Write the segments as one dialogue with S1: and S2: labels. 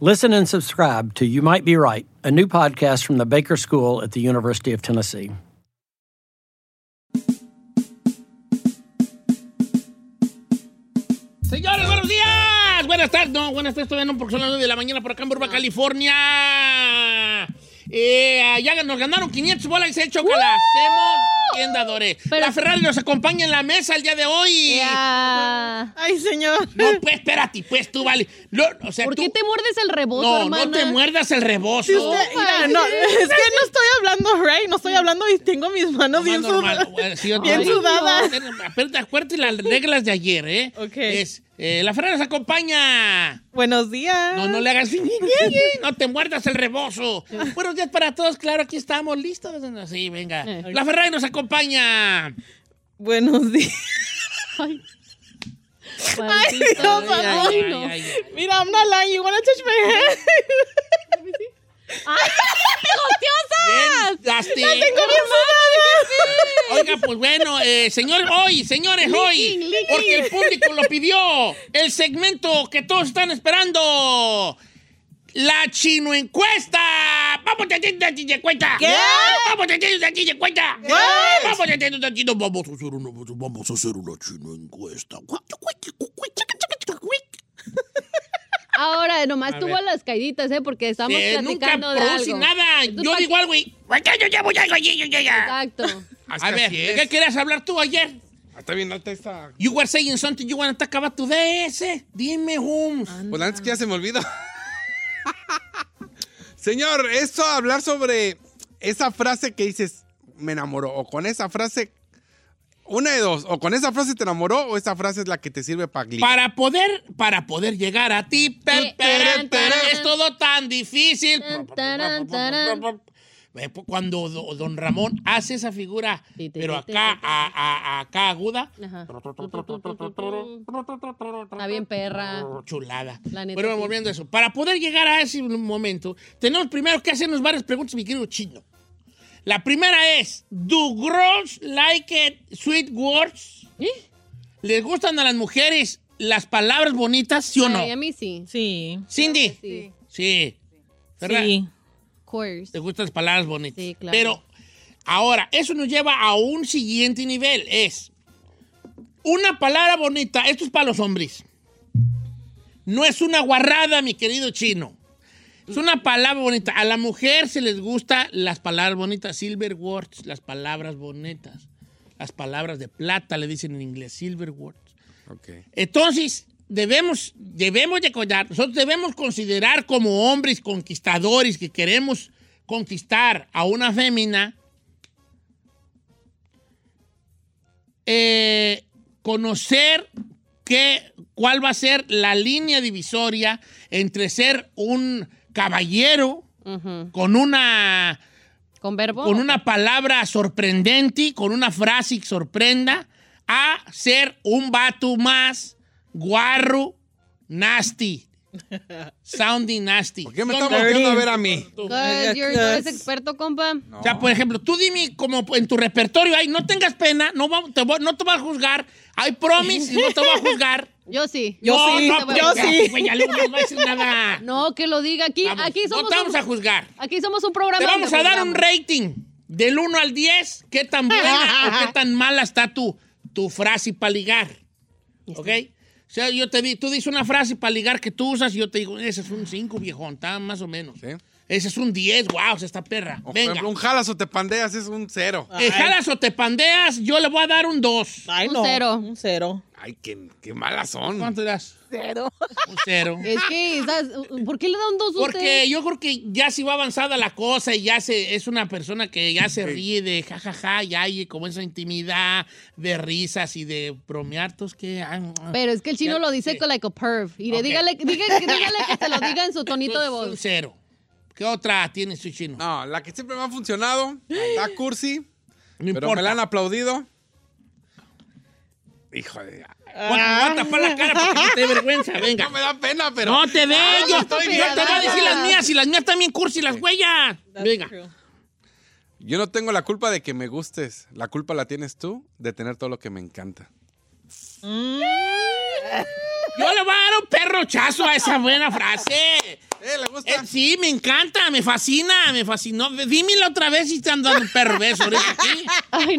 S1: Listen and subscribe to You Might Be Right, a new podcast from the Baker School at the University of Tennessee.
S2: Señores, buenos días. Buenas tardes. No, buenas tardes todavía no, porque son las 9 de la mañana por acá en
S3: Ah.
S2: Burbank, California. Eh, ya nos ganaron 500 bolas y se hecho que la hacemos bien dadores.
S3: Pero-
S2: La Ferrari nos acompaña en la mesa el día de hoy.
S3: Ya.
S4: Ay, señor.
S2: No, pues, espérate, pues tú, vale. Lo- o sea,
S3: ¿Por
S2: tú-
S3: qué te muerdes el rebozo,
S2: No,
S3: hermana?
S2: no te muerdas el rebozo.
S4: Usted- mira, no, es que no estoy hablando, Ray. No estoy hablando y tengo mis manos
S2: Lo más
S4: bien sudadas.
S2: normal, eh, sí,
S4: bien
S2: otra-
S4: sudada.
S2: Acuérdate- Acuérdate las reglas de ayer, ¿eh?
S4: Ok.
S2: Es, eh, la Ferrari nos acompaña.
S4: Buenos días.
S2: No, no le hagas. No te muerdas el rebozo. Buenos días para todos. Claro, aquí estamos listos. Sí, venga. La Ferrari nos acompaña.
S4: Buenos días.
S3: Ay.
S4: Ay, Dios,
S3: Ay,
S4: amor.
S3: ay,
S2: no.
S3: no.
S4: Mira, I'm not lying. You wanna touch my hair?
S3: ¡Ay,
S2: Bien, las te-
S4: tengo bien sudada.
S2: Oiga, pues bueno, eh, señor, hoy, señores, hoy,
S3: Licking, licking.
S2: porque el público lo pidió, el segmento que todos están esperando, la chino encuesta. Vamos a hacer una chino encuesta.
S4: ¿Qué?
S2: Vamos a hacer una chino encuesta.
S4: ¿Qué?
S2: Vamos a hacer una chino, vamos a hacer una, vamos a hacer una chino encuesta.
S3: Ahora, nomás
S2: A
S3: tuvo
S2: ver.
S3: las caiditas, ¿eh? Porque estamos
S2: Eh, nunca
S3: platicando de
S2: produce
S3: algo.
S2: nada.
S3: Entonces,
S2: Yo
S3: ¿para
S2: digo algo y... "Pues Yo llevo algo allí, yo ya.
S3: Exacto.
S2: A ver, ¿de qué querías hablar tú ayer?
S5: Ah, Está bien alta esta.
S2: You were saying something you want to talk about today, ese. Dime, Holmes.
S5: Pues antes que ya se me olvida. Señor, esto hablar sobre esa frase que dices, me enamoró. O con esa frase, una de dos. O con esa frase te enamoró, o esa frase es la que te sirve para glitar.
S2: Para poder, para poder llegar a ti, per,
S3: Eh,
S2: per,
S3: tarán,
S2: per,
S3: tarán.
S2: es todo tan difícil.
S3: Tan, tarán, tarán.
S2: Eh, pues, Cuando do- don Ramón hace esa figura,
S3: Ti, ti,
S2: pero
S3: ti, ti,
S2: acá,
S3: ti, ti.
S2: a- a- a- acá aguda,
S3: Ajá. Está bien, perra.
S2: chulada.
S3: La neta,
S2: Pero
S3: sí.
S2: volviendo a eso, para poder llegar a ese momento, tenemos primero que hacernos varias preguntas, mi querido chino. La primera es, ¿do girls like it, sweet words?
S3: ¿Eh?
S2: ¿Les gustan a las mujeres las palabras bonitas, sí o no?
S3: Ay, a mí sí.
S4: Sí.
S2: Cindy. Sí.
S3: Sí.
S2: ¿Verdad?
S4: Sí.
S3: Of course.
S2: Te gustan las palabras bonitas.
S3: Sí, claro.
S2: Pero ahora, eso nos lleva a un siguiente nivel. Es una palabra bonita. Esto es para los hombres. No es una guarrada, mi querido chino. Es una palabra bonita. A la mujer se les gusta las palabras bonitas. Silver words, las palabras bonitas. Las palabras de plata, le dicen en inglés, silver words.
S5: Ok.
S2: Entonces, debemos, debemos de considerar, nosotros debemos considerar como hombres conquistadores que queremos conquistar a una fémina, eh, conocer qué, cuál va a ser la línea divisoria entre ser un caballero
S3: Ujú.
S2: con una
S3: ¿Con verbo?
S2: con una palabra sorprendente, con una frase que sorprenda, a ser un vato más guarro, nasty. Sounding nasty.
S5: ¿Por qué me
S2: Yo
S5: está
S2: no-
S5: volteando a ver a mí?
S3: Cause you're- tú eres experto, compa.
S2: O sea, por ejemplo, tú dime como en tu repertorio, ay, no tengas pena, no, va- te voy- no te voy a juzgar, I promise, no te voy a juzgar.
S3: Yo sí.
S4: Yo
S2: no,
S4: sí,
S2: no, pues,
S4: yo
S2: ya,
S4: sí.
S2: güey, ya luego no voy a decir nada.
S3: No, que lo diga. Aquí,
S2: Vamos,
S3: aquí somos
S2: no te vamos
S3: un,
S2: a juzgar.
S3: aquí somos un programa.
S2: Te vamos
S3: donde
S2: a dar un
S3: juzgamos.
S2: rating del 1 al 10. ¿Qué tan buena o qué tan mala está tu, tu frase para ligar? ¿Ok? O sea, yo te di, tú dices una frase para ligar que tú usas y yo te digo, ese es un 5, viejón, está más o menos.
S5: Sí.
S2: Ese es un 10, wow, esta perra.
S5: O, por
S2: Venga.
S5: ejemplo, un jalas o te pandeas es un cero.
S2: Eh, jalas o te pandeas, yo le voy a dar un
S5: Mm.
S2: 2.
S4: Ay,
S3: Un
S4: no.
S3: cero.
S4: Un cero.
S5: Ay, qué, qué malas son.
S2: ¿Cuánto das?
S4: Cero.
S2: Un 0.
S3: Es que, ¿sabes? ¿por qué le dan dos a usted?
S2: Porque yo creo que ya si va avanzada la cosa y ya se, es una persona que ya se ríe de jajaja, ya hay como esa intimidad de risas y de bromear, tos que... ah, ah.
S3: Pero es que el chino
S2: Ya-
S3: lo dice
S2: sí.
S3: con like a perv. Y le
S2: Ok. Pues,
S3: dígale, dígale, dígale que te lo diga en su tonito de
S2: Un
S3: voz.
S2: cero. ¿Qué otra tiene su chino?
S5: No, la que siempre me ha funcionado, está cursi,
S2: No
S5: pero
S2: importa.
S5: me la han aplaudido. Hijo de...
S2: Voy a voy a tapar la cara para que no te dé vergüenza, venga.
S5: Ah. No me da pena, pero... Ah,
S2: No te ves, yo,
S5: estoy
S2: yo
S5: bien.
S2: te voy a decir las mías y las mías también cursi las huellas. Venga.
S5: Yo no tengo la culpa de que me gustes. La culpa la tienes tú de tener todo lo que me encanta.
S2: Yo le voy a dar un perrochazo a esa buena frase.
S5: ¿Eh? ¿Le gusta?
S2: Eh, sí, me encanta, me fascina, me fascinó. Dímelo otra vez si te han dado un perro beso ahorita aquí.
S3: Ay,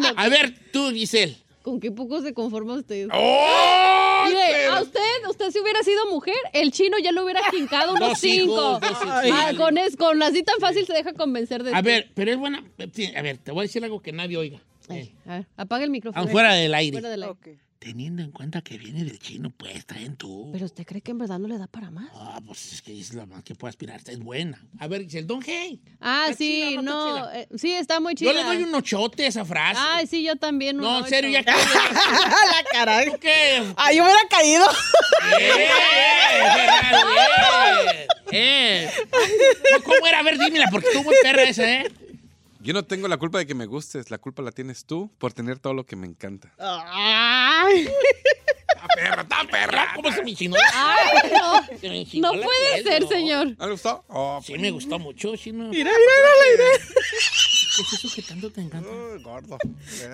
S3: no.
S2: A ver, tú, Giselle.
S3: ¿Con qué poco se conforma usted?
S5: ¡Oh!
S3: Mire,
S5: Pero-
S3: a usted, usted si hubiera sido mujer, el chino ya lo hubiera quincado unos
S2: Dos
S3: cinco.
S2: hijos, dos hijos.
S3: Ah, con, es, con así tan fácil se deja convencer de
S2: A ver, pero es buena. eh, A ver, te voy a decir algo que nadie oiga. Eh,
S3: A ver, apaga el micrófono.
S2: aun fuera del aire.
S3: Fuera del aire.
S2: Teniendo en cuenta que viene del chino, pues traen tú.
S3: Pero usted cree que en verdad no le da para más.
S2: Ah, pues es que es la más que puedo aspirar. Es buena. A ver, Giselle, don Hey.
S3: Ah,
S2: Está
S3: sí,
S2: chida, no
S3: no.
S2: está chida.
S3: eh, sí, está muy
S2: Yo
S3: chida.
S2: le doy un ochote a esa frase.
S3: Ay, sí, yo también. un
S2: no, en
S3: ocho.
S2: serio, ya que.
S4: la cara.
S2: ¿Tú qué?
S4: Ay, yo hubiera caído.
S2: ¡Eh! ¡Eh! ¡Eh! No, ¿Cómo era? A ver, dímela, porque tú muy perra esa, ¿eh?
S5: Yo no tengo la culpa de que me gustes. La culpa la tienes tú por tener todo lo que me encanta.
S4: Ay.
S5: ¡Está perra, está perra!
S2: ¿Cómo se me enchinó?
S3: Ay, no.
S2: Se me enchinó
S3: Ah, No
S2: la
S3: puede
S2: piel,
S3: ser,
S2: ¿no?
S3: señor.
S5: ¿No le gustó? Oh,
S2: Sí, me gustó mucho, sí, no.
S4: Mira, mira, mira la idea.
S2: ¿Qué es eso que tanto te encanta?
S5: p- gordo. Ay,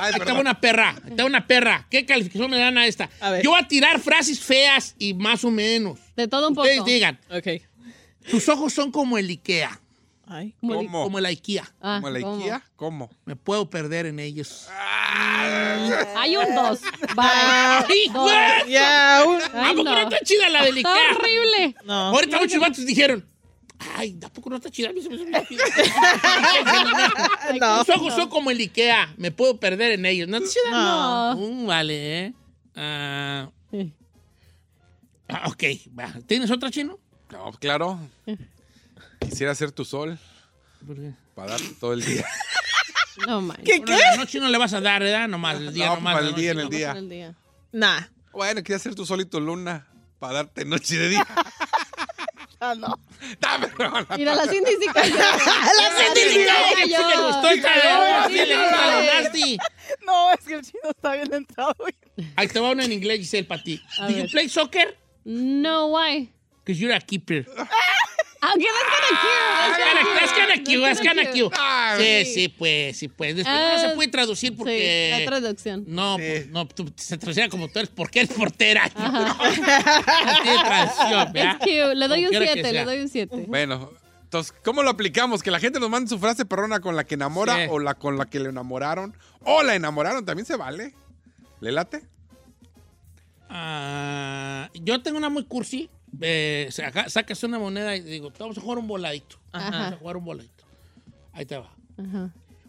S2: Ahí está
S5: perdón.
S2: una perra, ahí está una perra. ¿Qué calificación me dan a esta?
S4: A ver.
S2: Yo voy a tirar frases feas y más o menos.
S3: De todo un poco.
S2: Ustedes digan,
S4: Ok.
S2: tus ojos son como el Ikea,
S4: Ay.
S5: ¿Cómo?
S2: como la IKEA.
S3: Ah,
S5: ¿Como la
S3: ¿cómo?
S5: IKEA? ¿Cómo?
S2: Me puedo perder en ellos.
S4: Ah.
S3: Hay un dos. Bye.
S2: ¡Ay,
S3: No.
S2: güey!
S4: Ya, un.
S2: ¿A
S3: Ay,
S2: poco no
S3: no.
S2: está chida la del
S3: Está
S2: Ikea?
S3: horrible.
S4: No.
S2: Ahorita muchos vatos dijeron, ay, ¿a poco no está chida? A mí se me hizo muy chida.
S4: No.
S3: Ah,
S2: Tus ojos son como el Ikea, me puedo perder en ellos. ¿No está chida?
S3: No.
S2: Mm, vale, ¿eh? Ah, ah, ok, va. ¿Tienes otra, Chino?
S5: No, claro. Quisiera ser tu sol para darte todo el día.
S3: No man.
S4: ¿Qué,
S2: Bueno,
S4: qué?
S2: en la noche no le vas a dar, ¿verdad? Nomás el día,
S5: No,
S2: nomás.
S5: para
S2: la
S5: el
S2: noche,
S5: día, en
S2: nomás.
S5: el día.
S3: El día.
S4: Nah.
S5: Bueno, quisiera ser tu sol y tu luna para darte noche de día.
S4: Ah, no.
S5: ¡Está perra!
S3: Mira, la Cindy sí cayó. la
S2: Sí, sí, sí, sí, le gustó el calor,
S3: Sí,
S2: sí, le
S3: sí,
S2: gusta lo
S3: sí.
S2: nasty.
S4: No, es que el chino está bien entrado.
S2: Ahí te va una en inglés, Giselle, para ti.
S3: A
S2: ¿Do you
S3: ver.
S2: play soccer?
S3: No, why?
S2: Because you're a keeper.
S5: Ah,
S3: Aunque Ah, that's gonna
S2: That's
S3: cure.
S2: kinda- that's kinda cute, that's kinda
S3: cute.
S2: cute.
S5: Ah,
S2: Sí, sí, pues, sí, pues. Después
S3: Ah,
S2: no se puede traducir
S3: Sí, la
S2: porque...
S3: traducción.
S2: No, pues, no, tú- se traducía como tú eres porque eres portera. No tiene traducción,
S3: It's
S2: ¿verdad?
S3: cute. Le doy
S2: Como
S3: un
S2: quiera que
S3: 7,
S2: sea.
S3: le doy un 7.
S5: Bueno, entonces, ¿cómo lo aplicamos? Que la gente nos mande su frase perrona con la que enamora
S2: Sí.
S5: o la con la que le enamoraron. O la enamoraron, también se vale. ¿Le late?
S2: Ah, yo tengo una muy cursi. Eh, saca- sacas una moneda y digo, vamos a jugar un voladito. Vamos a jugar un voladito. Ahí te va.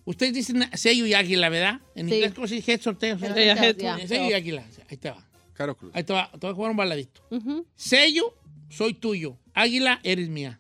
S2: Ustedes dicen sello y águila, ¿verdad? En
S3: Sí.
S2: inglés, ¿cómo se dice? Head or tails.
S4: Sí, ya,
S3: ya.
S2: Eh, Sello y águila. Ahí te va.
S5: Caro Cruz.
S2: Ahí te va. Te voy a jugar un baladito.
S3: Ujú.
S2: Sello, soy tuyo. Águila, eres mía.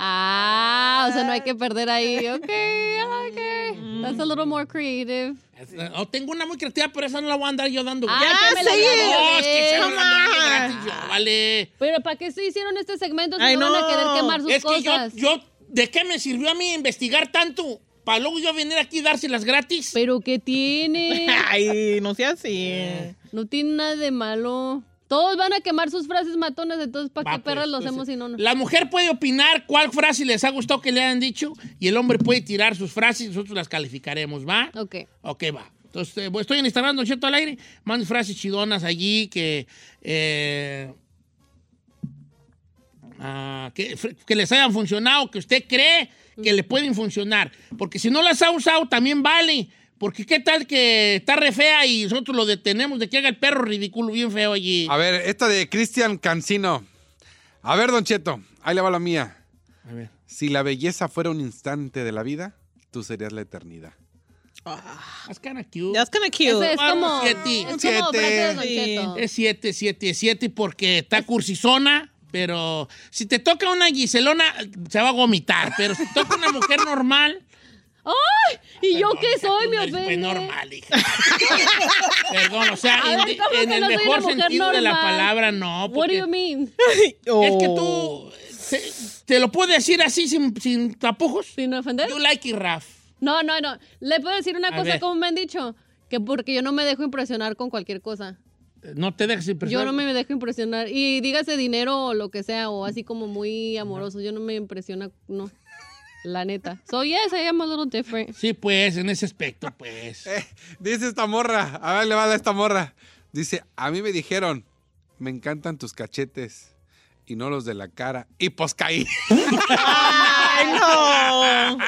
S3: Ah, o sea, no hay que perder ahí. Ok, I like
S2: Mm.
S3: it. That's a little more creative.
S2: Es- No oh, tengo una muy creativa, pero esa no la voy a andar yo dando.
S3: Ah,
S2: gratis.
S3: me la
S4: sí.
S3: gané.
S2: No, es que esa no la ando yo
S4: Come on.
S2: gratis yo, Vale.
S3: Pero ¿para qué se hicieron este segmento si
S4: Ay,
S3: no, van a
S4: no.
S3: querer quemar sus
S2: Es que yo,
S3: cosas?
S2: yo, ¿de qué me sirvió a mí investigar tanto? Para luego yo venir aquí y dárselas gratis.
S3: Pero ¿qué tiene?
S4: Ay, no sea así.
S3: No tiene nada de malo. Todos van a quemar sus frases matonas, entonces ¿para
S2: Va,
S3: qué perras
S2: pues,
S3: lo
S2: entonces,
S3: hacemos si no? no?
S2: La mujer puede opinar cuál frase les ha gustado que le hayan dicho y el hombre puede tirar sus frases y nosotros las calificaremos, ¿va?
S3: Ok.
S2: Ok, va. Entonces, eh, pues, estoy en Instagram, Don Cheto al aire. Mando frases chidonas allí que. eh, ah, que, que les hayan funcionado, que usted cree que le pueden funcionar. Porque si no las ha usado, también vale. Porque qué tal que está re fea y nosotros lo detenemos de que haga el perro ridículo bien
S3: Ah.
S2: feo allí.
S5: A ver, esta de Cristian Cancino. A ver, Don Cheto, ahí le va la mía.
S2: A ver.
S5: Si la belleza fuera un instante de la vida, tú serías la eternidad.
S2: That's kinda cute.
S4: That's kind of
S3: Ese
S4: cute.
S3: es como.
S2: Siete.
S3: Es
S5: Siete.
S3: como Brad de Don Cheto.
S2: Es 7, 7, 7 porque está cursizona, pero si te toca una giselona se va a vomitar, pero si toca una mujer normal...
S3: ¡Ay! ¿Y yo qué
S2: Hija,
S3: soy?
S2: tú
S3: Me
S2: no eres, pues,
S3: ofende.
S2: normal, hija. Perdón, o sea,
S3: A
S2: en,
S3: ver, ¿cómo
S2: en
S3: que
S2: el
S3: no soy
S2: mejor
S3: una mujer
S2: sentido de la
S3: normal?
S2: palabra, no.
S3: What do
S2: porque
S3: you mean?
S4: Oh.
S2: Es que tú te, te lo puedes decir así sin, sin tapujos.
S3: ¿Sin ofender?
S2: You like it, Raf.
S3: No, no, no. Le puedo decir una
S2: A
S3: cosa
S2: ver.
S3: como me han dicho. Que porque yo no me dejo impresionar con cualquier cosa.
S2: No te dejes impresionar.
S3: Yo no me dejo impresionar. Y dígase dinero o lo que sea, o así como muy amoroso. Yo no me impresiona, no. La neta. So yes, I am a little different.
S2: Sí, pues, en ese aspecto, pues.
S5: Eh, dice esta morra, a ver, le va a esta morra. Dice, a mí me dijeron, me encantan tus cachetes y no los de la cara. Y pues caí.
S4: Ay, no.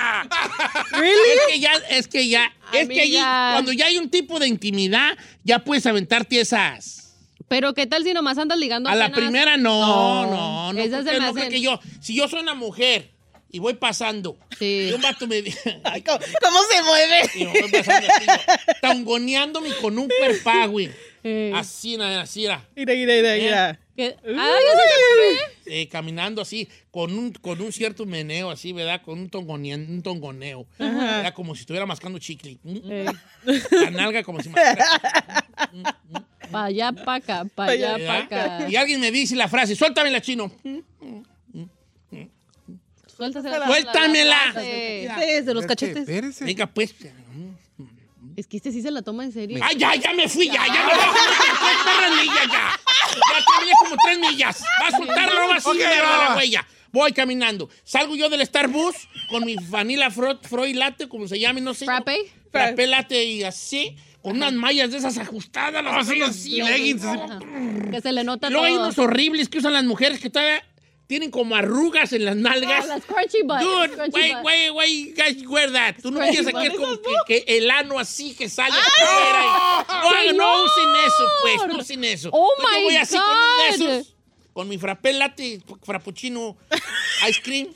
S4: ¿Really?
S2: Es que ya, es que ya, es que allí,
S3: Amiga.
S2: cuando ya hay un tipo de intimidad, ya puedes aventarte esas.
S3: Pero qué tal si nomás andas ligando
S2: a la
S3: apenas?
S2: primera no, no, no. creo
S3: Esas se
S2: que-
S3: me
S2: no creo
S3: hacen-
S2: que yo, si yo soy una mujer y voy pasando,
S3: Sí.
S2: y un vato me di-
S4: Ay, ¿cómo, cómo se mueve?
S2: y me voy pasando así, yo, tangoneándome con un cuerpa, güey.
S3: Eh,
S2: Así, na- así, na,
S4: Mira, mira, mira, mira.
S3: que- ay, yo soy la primera.
S2: eh, caminando así, con un, con un cierto meneo, así, ¿verdad? Con un, tongoneo, un tongoneo. Era como si estuviera mascando chicle.
S3: Eh,
S2: La nalga como si mascara.
S3: pa' allá, pa' acá, pa' allá, pa'
S2: ¿verdad?
S3: acá.
S2: Y alguien me dice la frase, suéltame la chino.
S3: Suéltasela.
S2: Suéltamela.
S3: Sí.
S4: Ese de los cachetes.
S5: Espérese.
S2: Venga, pues.
S3: Es que este sí se la toma en serio.
S2: Ay, ya, ya me fui, ya, ya me fui. Tres perras millas, ya. Ya caminé como tres millas. Va a soltar la así,
S5: Ok,
S2: mero
S5: va.
S2: a la huella. Voy caminando. Salgo yo del Starbus con mi vanilla fro Freud latte, como se llame, no sé.
S3: Frappe.
S2: Frappé latte y así, con unas mallas de esas ajustadas, las hacen así.
S5: Ah, leggings,
S2: hombre.
S5: así.
S3: Que se le nota
S2: Luego hay
S3: todo.
S2: unos horribles que usan las mujeres que todavía tienen como arrugas en las
S3: Ah,
S2: nalgas.
S3: las crunchy butt.
S2: Dude,
S3: crunchy
S2: why,
S3: butt.
S2: why, why you guys wear that? Tú no
S3: Crunchy
S2: piensas que es
S3: butt.
S2: como que, que el ano así que sale afuera. y- No, no,
S3: ¡Señor!
S2: usen eso, pues, no usen eso.
S3: Oh,
S2: Entonces, yo
S3: my
S2: voy así con uno de
S3: God.
S2: esos, con mi frappé latte, frappuccino, ice cream,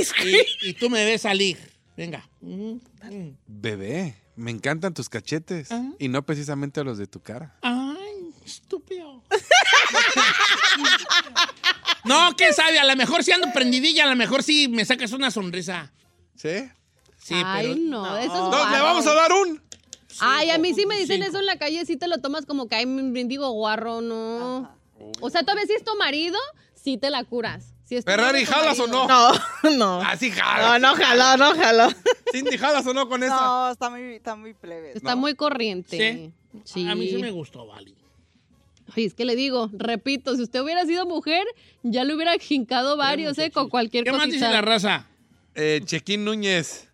S4: Ice cream.
S2: y, y tú me ves salir. Venga. Mm, mm.
S5: Bebé, me encantan tus cachetes y no precisamente los de tu cara.
S2: Ay, estúpido. No, quién sabe, a lo mejor si ando prendidilla, a lo mejor sí me sacas una sonrisa.
S5: ¿Sí?
S2: Sí,
S3: Ay,
S2: pero
S3: no, eso es
S5: No,
S3: guarro.
S5: le vamos a dar un.
S3: Ay, a mí sí me dicen eso en la calle, sí te lo tomas como que hay un mendigo guarro, no. O sea, todavía si es tu marido, sí te la curas. Si es tu
S5: Ferrari,
S3: marido, tu
S5: ¿jalas o
S3: marido.
S5: no? Ah,
S4: No, no.
S5: Así
S2: Ah,
S4: No,
S5: jala.
S4: no jaló, no jaló.
S5: Cindy, jalas o no con esa.
S6: No, está muy, está muy plebe.
S3: Está muy corriente.
S2: Sí.
S3: Sí.
S2: A mí sí me gustó, Vali.
S3: Ay, es que le digo, repito, si usted hubiera sido mujer, ya le hubiera jincado varios, ¿eh? Con cualquier
S2: ¿Qué
S3: cosita.
S2: más dice la raza?
S5: Eh, Chequín Núñez,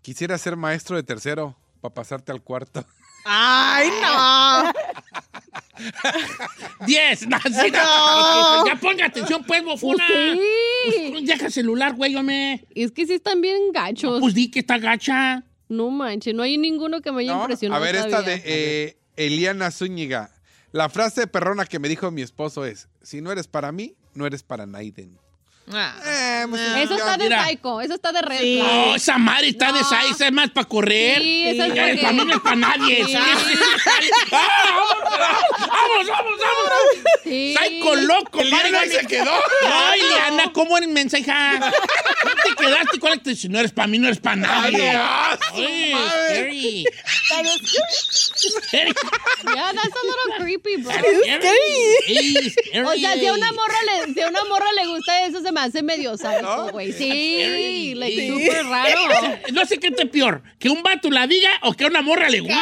S5: quisiera ser maestro de tercero para pasarte al cuarto.
S4: Ay, no.
S2: ¡Diez! No, sí, no. Ya ponga atención, pues, bofona.
S3: Sí.
S2: Pues, Deja el celular, güey, hombre.
S3: Es que sí están bien gachos.
S2: Pues di que está gacha.
S3: No manches, no hay ninguno que me haya
S5: No,
S3: impresionado.
S5: A ver, esta
S3: todavía.
S5: de eh, Eliana Zúñiga. La frase perrona que me dijo mi esposo es: Si no eres para mí, no eres para Naiden.
S4: Ah.
S5: Eh, pues,
S3: Eso
S5: ya,
S3: está de
S2: mira.
S3: psycho, eso está de red.
S4: Sí.
S3: flag.
S2: No, esa madre está de esa, esa es más para correr.
S3: Sí, esa es
S2: Ya,
S3: porque-
S2: Para mí no es para nadie.
S3: Sí.
S2: ¡Ah, vamos, vamos, vamos, vamos!
S3: Sí.
S2: ¡Psycho loco!
S5: Eliana
S2: Marihuana.
S5: ahí se quedó.
S2: Ay, Liana, ¿cómo eres mensa, hija? ¿No te quedaste? ¿Cuál es tu- Si no eres para mí, no eres para nadie.
S5: Adiós.
S2: Ay, scary. Scary.
S3: Yeah, that's a little creepy, bro.
S2: Scary.
S3: O sea, si a una
S2: Scary.
S3: morra le, si a una morra le gusta eso, se me hace medio psycho, güey. Sí, like súper raro.
S2: No sé qué es peor, que un vato la diga o que a una morra le guste.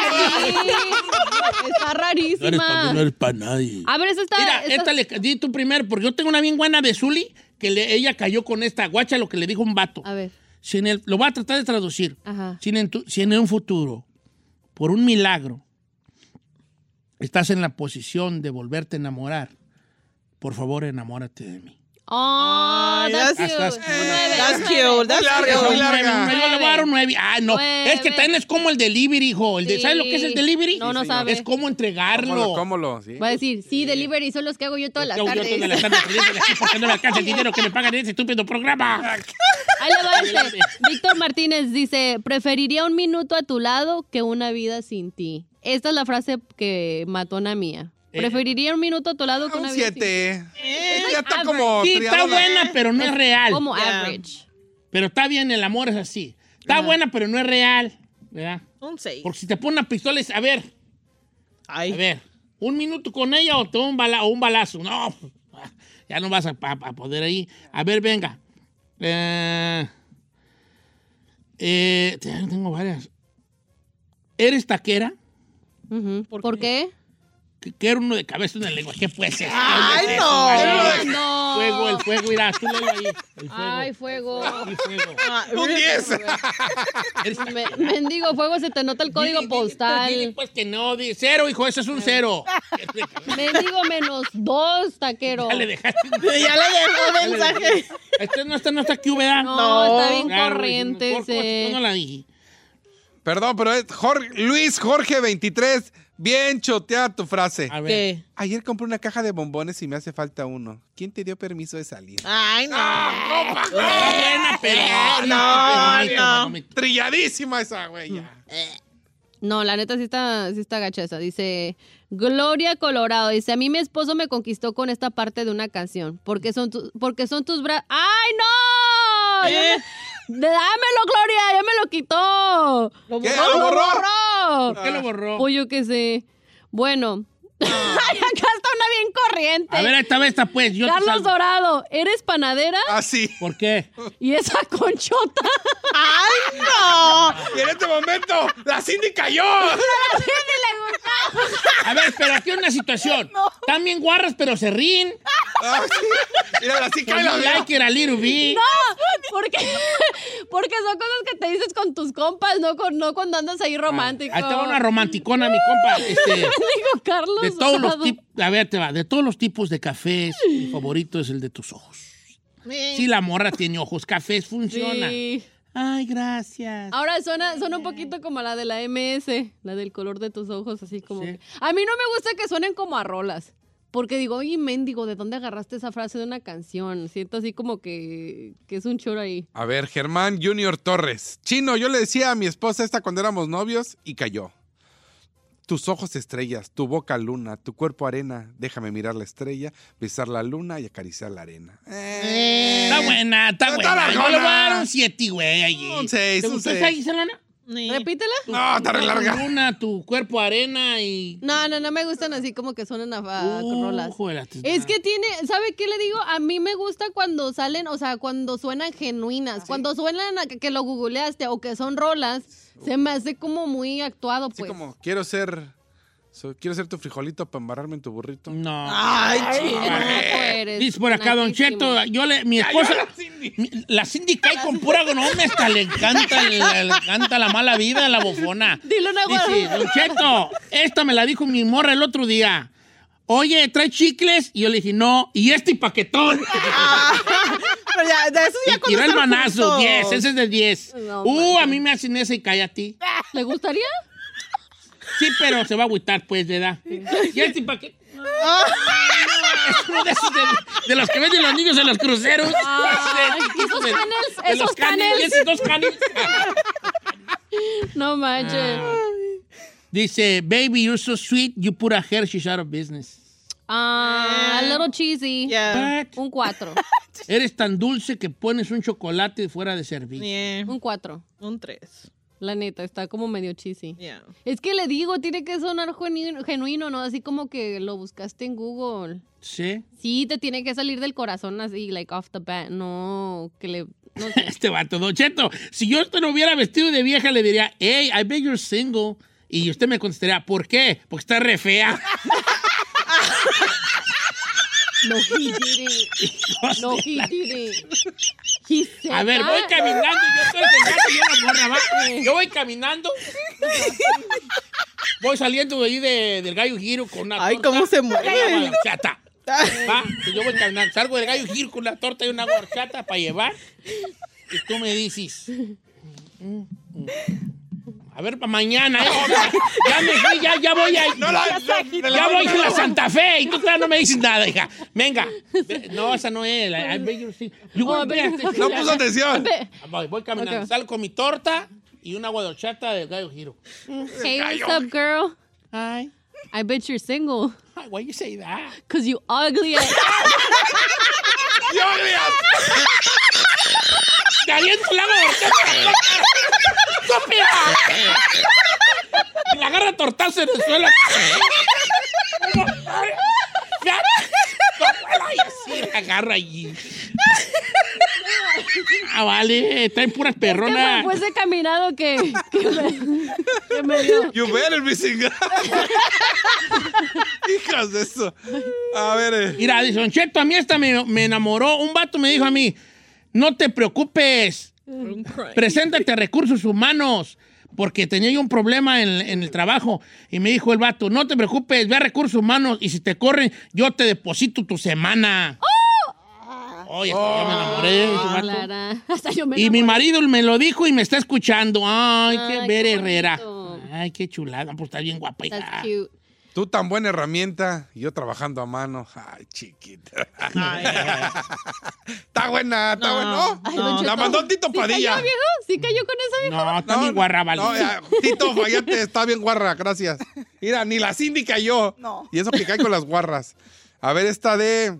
S3: Sí, está rarísima.
S2: para nadie.
S3: A ver, esa está.
S2: Mira,
S3: esta-
S2: esta le di tú primero, porque yo tengo una bien buena de Zully, que le- ella cayó con esta guacha lo que le dijo un vato.
S3: A ver.
S2: Si en el- lo voy a tratar de traducir.
S3: Ajá.
S2: Si en, tu- si en un futuro, por un milagro, estás en la posición de volverte a enamorar, por favor enamórate de mí.
S3: Oh,
S4: Ay,
S3: that's,
S4: that's-
S3: cute.
S2: that's cute.
S3: Un nueve,
S4: That's
S3: un
S4: cute.
S3: nueve.
S4: That's
S5: Larga,
S4: cute.
S5: muy
S2: Soy
S5: larga.
S2: nueve, nueve, yo le voy a dar un nueve. Ah, no.
S3: Nueve.
S2: Es que también es como el delivery, hijo. El de-
S3: Sí.
S2: ¿Sabes lo que es el delivery?
S3: No, no
S2: Sí, señor.
S3: sabe.
S2: Es como entregarlo.
S5: ¿Cómo lo? ¿Cómo lo? Sí.
S3: Va a decir, sí, delivery, son los que hago yo todas las
S2: Yo- yo
S3: tardes.
S2: todas las tardes feliz de aquí porque no me alcanza el dinero que me pagan en este estúpido
S5: Ah,
S2: programa.
S3: Ahí le va este. Víctor Martínez dice, preferiría un minuto a tu lado que una vida sin ti. Esta es la frase que mató a una mía.
S2: Eh.
S3: Preferiría un minuto a tu lado que
S5: Un
S3: una vida sin ti.
S5: 7. Ya está
S3: average.
S5: como.
S2: Sí, está
S5: triángulo.
S2: buena, pero no es real.
S3: Como
S4: Ya.
S3: average.
S2: Pero está bien, el amor es así. Está buena, pero no es real. ¿Verdad?
S4: Un seis.
S2: Porque si te ponen una pistola, es- a ver,
S4: Ay.
S2: a ver, un minuto con ella o te va un, bala- o un balazo. No, ya no vas a, a- a poder ahí. A ver, venga. Eh, eh, tengo varias. ¿Eres taquera?
S3: Ujú. ¿Por, qué?
S2: Que- que era uno de cabeza una lengua. ¿Qué pues es?
S4: Ay,
S2: ¿Qué es
S4: no.
S2: eso, vale?
S3: Ay, no.
S2: Fuego, el fuego, irá, tú léelo ahí. El fuego.
S3: Ay, fuego.
S2: Y fuego.
S4: Ah,
S5: Un 10.
S2: Eres taquera.
S3: Me- mendigo fuego, se te nota el código
S2: Dile, dile, dile,
S3: postal.
S2: pues que no, di- cero, hijo, eso es un cero.
S3: mendigo menos dos, taquero.
S2: Ya le dejaste.
S4: Ya le dejó mensaje.
S2: Este no está, no está aquí, ¿verdad?
S3: No,
S4: No.
S3: está bien
S2: Claro,
S3: corriente
S2: ¿cómo- cómo-
S3: ese.
S2: cómo la dije?
S5: Perdón, pero es Jorge- Luis Jorge 23. Bien choteada tu frase.
S2: A ver.
S4: ¿Qué?
S5: Ayer compré una caja de bombones y me hace falta uno. ¿Quién te dio permiso de salir?
S7: Ah.
S4: Ay, no.
S2: Ah. Está
S5: Eh,
S2: buena, pero.
S4: no,
S2: pero-
S4: no.
S2: pero-
S5: Trilladísima esa, güey. ya.
S3: No, la neta sí está, sí está gacha esa. Dice Gloria Colorado. Dice, a mí mi esposo me conquistó con esta parte de una canción. Porque son, tus, porque son tus brazos. ¡Ay, no! Ya
S4: ¿Eh?
S3: me- Dámelo, Gloria, ya me lo quitó.
S4: Lo
S5: ¿Qué?
S4: borró.
S5: ¿Lo borró?
S3: ¡Borró!
S2: ¿Por Ah. qué lo borró? Ah.
S3: Pues yo qué sé. Bueno. Ay, acá está una bien corriente.
S2: A ver, esta vez está pues. Yo te
S3: Carlos
S2: salgo.
S3: Dorado, ¿eres panadera?
S2: Ah.
S5: Así.
S2: ¿Por qué?
S3: Y esa conchota.
S4: Ay, no.
S5: Y en este momento, la Cindy cayó.
S2: A ver, pero aquí hay una situación. También guarras, pero se ríen.
S5: Ah, sí. Mira, así cae
S2: Can
S5: la
S2: you like it a little bit?
S3: Porque, porque son cosas que te dices con tus compas, no, con, no cuando andas ahí romántico.
S2: Ah, Ahí estaba una romanticona, mi compa. Este,
S3: Digo, Carlos.
S2: de todos los
S3: Dorado.
S2: tipos. A ver, te va. De todos los tipos de cafés, mi favorito es el de tus ojos. Si la morra tiene ojos cafés, funciona.
S3: Sí. Ah,
S2: Ay, gracias.
S3: Ahora suena, suena un poquito como la de la MS, la del color de tus ojos, así como.
S2: Sí.
S3: que- A mí no me gusta que suenen como a rolas. Porque digo, oye, mendigo, ¿de dónde agarraste esa frase de una canción? Siento así como que, que es un choro ahí.
S5: A ver, Germán Junior Torres. Chino, yo le decía a mi esposa esta cuando éramos novios y cayó. Tus ojos estrellas, tu boca luna, tu cuerpo arena. Déjame mirar la estrella, besar la luna y acariciar la arena. Eh.
S2: Está buena, está
S5: Está
S2: buena. Yo
S5: largona.
S2: le voy a dar un 7, güey. allí.
S5: Un seis,
S2: ¿Te
S5: un
S2: gustó
S5: seis.
S2: esa, Giselona?
S3: Repítela.
S5: No, está re larga.
S2: Luna, tu cuerpo arena y...
S3: No, no, no me gustan así como que suenan a, a
S2: Uh,
S3: Ah, rolas.
S2: joder, ah, te-
S3: Es que tiene, ¿sabe qué le digo? A mí me gusta cuando salen, o sea, cuando suenan genuinas, cuando suenan a que, que lo googleaste o que son rolas, se me hace como muy actuado,
S5: Así
S3: pues.
S5: como, quiero ser, so- quiero ser tu frijolito para embarrarme en tu burrito.
S2: No.
S4: Ay, chido.
S3: Qué naco pues, eres,
S2: Dice por acá, Don
S3: naquísimo.
S2: Cheto, yo le, mi esposa...
S5: la Cindy.
S2: mi- La Cindy cae con pura gnome, hasta le encanta, le, le encanta la mala vida a la bofona.
S3: Dile una
S2: Dice,
S3: guarda.
S2: Don Cheto, esta me la dijo mi morra el otro día. Oye, ¿trae chicles? Y yo le dije, no. Y este paquetón.
S4: Pero ya, de eso ya
S2: Y tiró el
S4: están
S2: manazo,
S4: juntos.
S2: 10, ese es de 10.
S3: No,
S2: uh, a mí me hacen ese y cae a ti.
S3: ¿Le gustaría?
S2: Sí, pero se va a agüitar, pues, de edad. ¿Y este pa' qué? Es uno de esos de, de los que venden los niños en los cruceros.
S3: Ay,
S2: Ese tipo
S3: esos
S2: de-
S3: canels,
S2: de los
S3: esos canels.
S2: Esos dos canels.
S3: No manches.
S2: Dice, baby, you're so sweet, you put a Hershey's out of business.
S3: Ah, a little cheesy.
S4: Ya.
S2: But
S3: Un cuatro.
S2: eres tan dulce que pones un chocolate fuera de servicio.
S4: Bien.
S3: Un cuatro.
S4: Un tres.
S3: La neta, está como medio cheesy.
S4: Ya.
S3: Es que le digo, tiene que sonar genuino, genuino, ¿no? Así como que lo buscaste en Google.
S2: Sí.
S3: Sí, te tiene que salir del corazón así, like off the bat. No, que le. No sé.
S2: Este vato, Don Cheto, si yo te lo hubiera vestido de vieja, le diría, hey, I bet you're single. Y usted me contestaría, ¿por qué? Porque está re fea.
S3: No, he didn't. No, he didn't. He said
S2: a ver, voy
S3: that.
S2: caminando, yo estoy sentado y una morra va. Yo voy caminando. Voy saliendo de ahí de- del gallo giro con una
S4: Ay,
S2: torta.
S4: cómo se mueve.
S2: Chata. Va, que yo voy caminando, salgo del gallo y giro con la torta y una horchata para llevar. Y tú me dices. "Mm, mm, A ver, para mañana. ¿eh? Ya me fui, ya, ya voy a. ya voy a la Santa Fe y tú todavía no me dices nada, hija. Venga. Ve- No, esa no es. la- I beg your seat. You want me to-
S5: No pues, puso atención.
S2: Voy, voy caminando,
S3: Ok.
S2: salgo con mi torta y una agua de horchata del gallo giro.
S3: Hey, what's up, girl?
S2: Ay,
S3: I bet you're single.
S2: ay, why you say that?
S3: Cause you ugly as
S2: ¡Te aliento la agua de horchata! ¡Estúpida! Y la agarra tortazo en el suelo. Ya, ay, así la agarra allí. Ah, vale, traen puras
S3: que pues,
S2: perronas.
S3: fue ese caminado que, que me, que me dio.
S5: You better be single. Hijas de eso. A ver. eh.
S2: Mira, dice, Don Cheto, a mí esta me, me enamoró. Un vato me dijo a mí, no te preocupes, preséntate a recursos humanos, porque tenía yo un problema en, en el trabajo. Y me dijo el vato, no te preocupes, ve a recursos humanos y si te corren, yo te deposito tu semana.
S3: ¡Oh!
S2: Oye, hasta yo me enamoré de ese vato.
S3: Clara. Hasta yo me
S2: Y mi
S3: enamoré.
S2: marido me lo dijo y me está escuchando. Ay, qué
S3: Ay,
S2: ver
S3: qué
S2: Herrera.
S3: bonito.
S2: Ay, qué chulada. Pues está bien guapa. hija.
S3: That's
S5: ah.
S3: cute.
S5: Tú tan buena herramienta, yo trabajando a mano. Ay, chiquita. Está buena, está buena.
S3: Ay,
S5: No,
S3: Don
S5: la
S3: Cheto.
S5: mandó Tito Padilla.
S3: ¿Sí cayó, viejo? ¿Sí cayó con eso, viejo?
S2: No, está bien guarrabalito.
S5: no, ya, Tito, fallate, está bien guarra, gracias. Mira, ni la síndica yo.
S6: No.
S5: Y eso que cae con las guarras. A ver, esta de.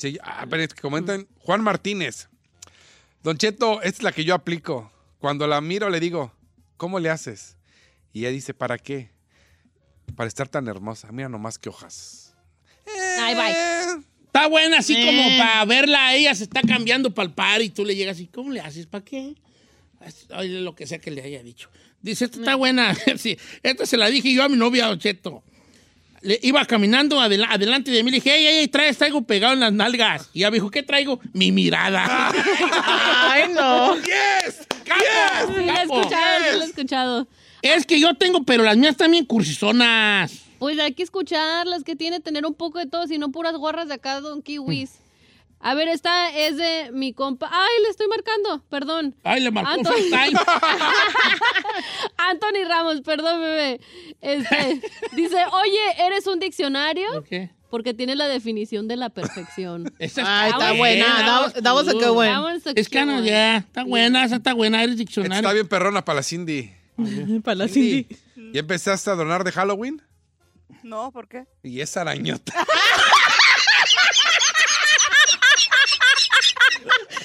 S5: Sí, ah, pero es que comentan. Juan Martínez. Don Cheto, esta es la que yo aplico. Cuando la miro le digo, ¿cómo le haces? Y ella dice, ¿para qué? Para estar tan hermosa. Mira nomás que hojas.
S3: Ay, bye.
S5: Eh,
S2: Está buena así
S4: Eh.
S2: como para verla. Ella se está cambiando para el par y tú le llegas y ¿cómo le haces? ¿Para qué? Ay, lo que sea que le haya dicho. Dice, esta está buena. sí, esta se la dije yo a mi novia, Don Cheto. Le iba caminando adela- adelante de mí. Le dije, ey, ey, ey, traes algo pegado en las nalgas. Y ella me dijo, ¿qué traigo? Mi mirada.
S4: Ay, no.
S5: ¡Yes!
S2: ¡Capo!
S3: Sí, la he
S2: ¡Capo!
S3: escuchado, sí, la he escuchado.
S2: Es que yo tengo, pero las mías también cursizonas.
S3: Pues hay que escucharlas, que tiene tener un poco de todo, sino puras gorras de acá, Don Kiwis. A ver, esta es de mi compa. Ay, le estoy marcando, perdón.
S2: Ah, pues, Ay, le marcó un
S3: Anthony.
S2: FaceTime.
S3: Anthony Ramos, perdón, bebé. Este, dice, oye, ¿eres un diccionario?
S2: ¿Por qué?
S3: Porque tiene la definición de la perfección.
S2: Esa
S4: Ay,
S3: está buena.
S2: buena.
S4: That was- that was a good one.
S3: That one's a
S2: Es que
S3: cute
S2: no,
S3: one.
S2: ya. Está buena, esa está buena. Eres
S5: Esta
S2: diccionario.
S5: Está bien perrona para la Cindy.
S4: Para la Cindy.
S5: ¿Ya empezaste a donar de Halloween?
S6: No, ¿por qué?
S5: Y es arañota.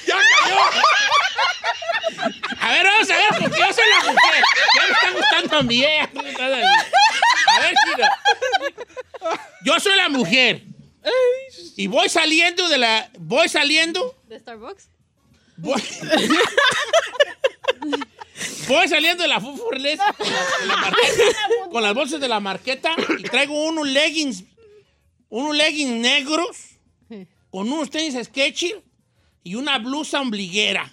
S5: ¡Ya cayó!
S2: A ver, vamos a ver, porque yo soy la mujer. Ya me está gustando a mí, eh. A ver, Chino. Yo soy la mujer. Y voy saliendo de la. Voy saliendo.
S3: ¿De Starbucks?
S2: Voy, voy saliendo de la Fufurles con, la- con la marqueta, con las bolsas de la marqueta y traigo unos leggings, unos leggings negros con unos tenis sketchy y una blusa ombliguera.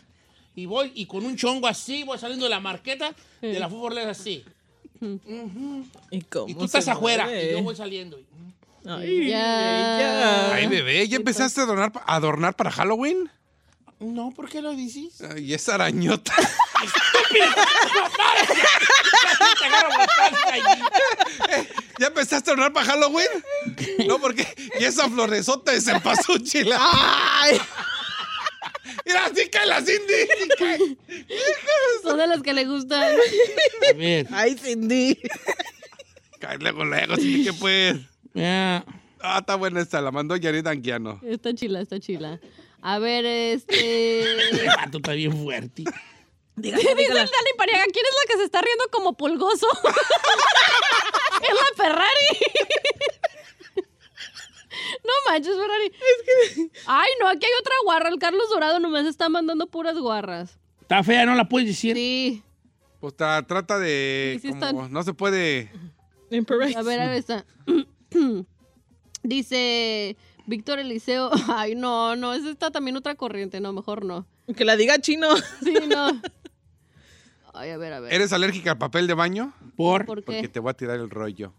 S2: Y voy y con un chongo así, voy saliendo de la marqueta de la Fufurles así.
S4: ¿Y, cómo
S2: Y tú
S4: se
S2: estás afuera
S4: mueve?
S2: y yo voy saliendo.
S4: Ay,
S3: Ya.
S5: Ay,
S4: ella.
S5: bebé, ¿ya empezaste a donar, pa- a adornar para Halloween?
S2: No, ¿por qué lo dices?
S5: Ay, Y es arañota.
S2: Te agarro bastante allí.
S5: ¿Ya empezaste a donar para Halloween? No, porque y esa floresota de cempasúchil. ¡Ay! Mira, así cae la Cindy. así cae.
S3: Son de las que le gustan.
S2: A ver.
S4: Ay, Cindy.
S5: Cae luego, luego, Cindy, ¿qué pues?
S2: ya.
S5: Ah, está buena esta, la mandó Yarit Anguiano.
S3: Está chila, está chila. A ver, este...
S2: Este vato está bien fuerte.
S3: Dice el Dani Pariaga, ¿quién es la que se está riendo como polgoso? es la Ferrari. no manches, Ferrari. Ay, no, aquí hay otra guarra. El Carlos Dorado nomás está mandando puras guarras.
S2: Está fea, no la puedes decir.
S3: Sí.
S5: Pues ta- trata de.
S3: Sí, sí están.
S5: como no se puede.
S3: A ver, a ver esta. Dice Víctor Eliseo. Ay, no, no, es esta también otra corriente. No, mejor no.
S4: Que la diga chino.
S3: Sí, no. Ay, a ver, a ver.
S5: ¿Eres alérgica al papel de baño?
S2: Por.
S3: ¿Por
S5: Porque
S3: qué?
S5: te voy a tirar el rollo.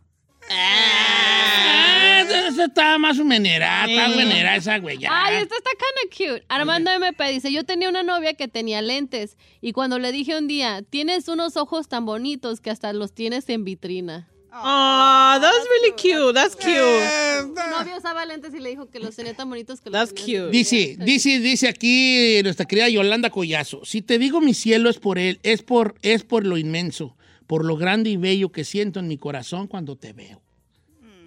S2: Ah, esa está más o menera, está buenera esa güey. ya.
S3: Ay, esta está kinda cute. Armando MP dice, yo tenía una novia que tenía lentes y cuando le dije un día, tienes unos ojos tan bonitos que hasta los tienes en vitrina. Ah,
S4: Aw, Ah, that's really cute. That's cute.
S5: Ah.
S3: Mi novio usaba lentes y le dijo que los tenía tan bonitos que los
S4: That's
S3: tenía en
S4: cute.
S2: Dice, dice, dice aquí nuestra querida Yolanda Collazo. Si te digo mi cielo es por él, es por, es por lo inmenso, por lo grande y bello que siento en mi corazón cuando te veo.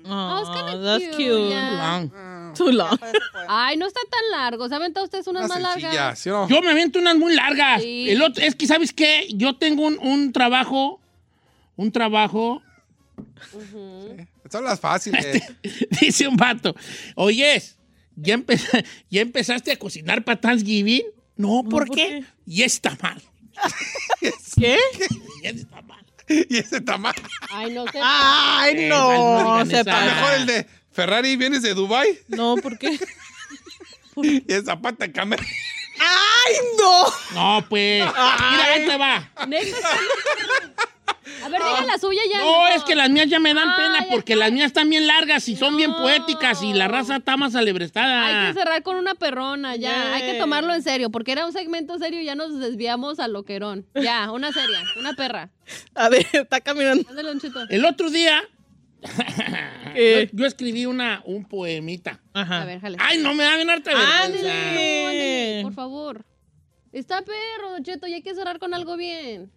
S3: Oh, it's
S4: Aw,
S3: kinda
S4: Ah, that's
S3: cute,
S4: cute.
S3: yeah.
S2: Ah.
S4: Too long.
S3: Ay, no está tan largo. ¿Se aventa ustedes unas
S5: Más
S3: más
S5: sencilla,
S3: largas?
S5: ¿sí o no?
S2: Yo me avento unas muy largas.
S3: Sí.
S2: El otro, es que, ¿sabes qué? Yo tengo un, un trabajo, un trabajo
S5: Son las fáciles.
S2: Dice un vato, oyes, ¿ya, empe- ya empezaste a cocinar para Thanksgiving? No, ¿por,
S4: ¿por
S2: qué?
S4: qué?
S2: Y está mal.
S4: ¿Qué?
S2: Y está mal.
S5: y ese está mal.
S3: Ay, no sé.
S4: Ay, no.
S2: Esas Eh, no digan
S4: Se
S2: esa.
S5: A lo
S4: para.
S5: Ah, mejor el de Ferrari vienes de Dubai
S4: No, ¿por qué?
S5: y el zapata en cámara.
S4: ¡Ay, no!
S2: No, pues. Mira, ahí te va.
S3: Next. A ver, diga la suya ya.
S2: No,
S3: amigo.
S2: es que las mías ya me dan
S3: Ay,
S2: pena porque
S3: ay.
S2: las mías están bien largas y son bien
S3: No.
S2: poéticas y la raza está más alebrestada.
S3: Hay que cerrar con una perrona, ya.
S4: Yeah.
S3: Hay que tomarlo en serio, porque era un segmento serio y ya nos desviamos al loquerón. Ya, una seria, una perra.
S4: A ver, está caminando.
S3: Ándale, un chito.
S2: El otro día Ah,
S3: Eh.
S4: ¿Qué?
S2: yo escribí una, un poemita.
S3: A
S4: Ajá.
S3: ver, jale.
S2: Ay, no me da bien harta vergüenza.
S4: Ándale.
S3: No,
S2: eh.
S3: ándale, por favor. Está perro, Don Cheto, y hay que cerrar con algo bien.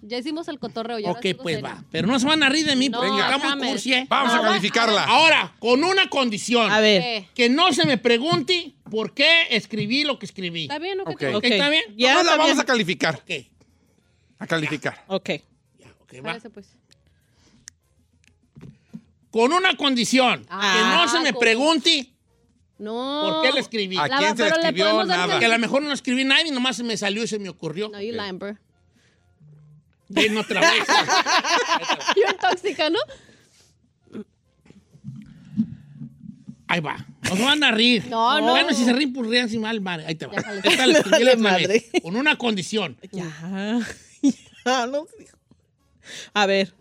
S3: Ya hicimos el cotorreo, ya. ahora
S2: Ok,
S3: es algo
S2: pues
S3: serio.
S2: va. Pero no se van a reír de mí
S3: No,
S2: porque
S3: Venga.
S2: estamos
S3: promise.
S2: cursi, ¿eh?
S5: Vamos
S3: No,
S5: a
S3: va-
S5: calificarla.
S2: Ahora, con una condición.
S4: A ver.
S3: Eh,
S2: Que no se me pregunte por qué escribí lo que escribí.
S3: ¿Está bien o qué?
S5: Ok.
S3: te-
S4: Ok.
S2: ¿Está bien?
S4: Ya,
S5: no la
S4: está
S5: vamos
S4: bien.
S5: a calificar.
S2: Ok,
S5: A calificar.
S4: Ok.
S2: ya, ok, va.
S3: Parece, pues.
S2: Con una condición. que
S3: Ah,
S2: no se me
S3: con-
S2: pregunte
S3: No.
S2: por qué lo escribí.
S5: ¿A
S3: La
S5: quién
S3: va-
S5: se le
S3: pero le
S5: escribió
S3: podemos dar
S5: nada?
S2: Porque a lo mejor no escribí nadie, nomás se me salió y se me ocurrió.
S3: No, you lying, bro.
S2: Ven otra vez.
S3: You're tóxica, ¿no?
S2: Ahí va. Nos van a rir.
S3: No, no.
S2: Bueno, si se ríen, pues ríanse mal, madre. Ahí te va.
S3: Ya, jale.
S2: Esta la escribí
S4: Vale,
S2: la otra vez,
S4: madre.
S2: Con una condición.
S4: Ya. Ya, no sé. A ver.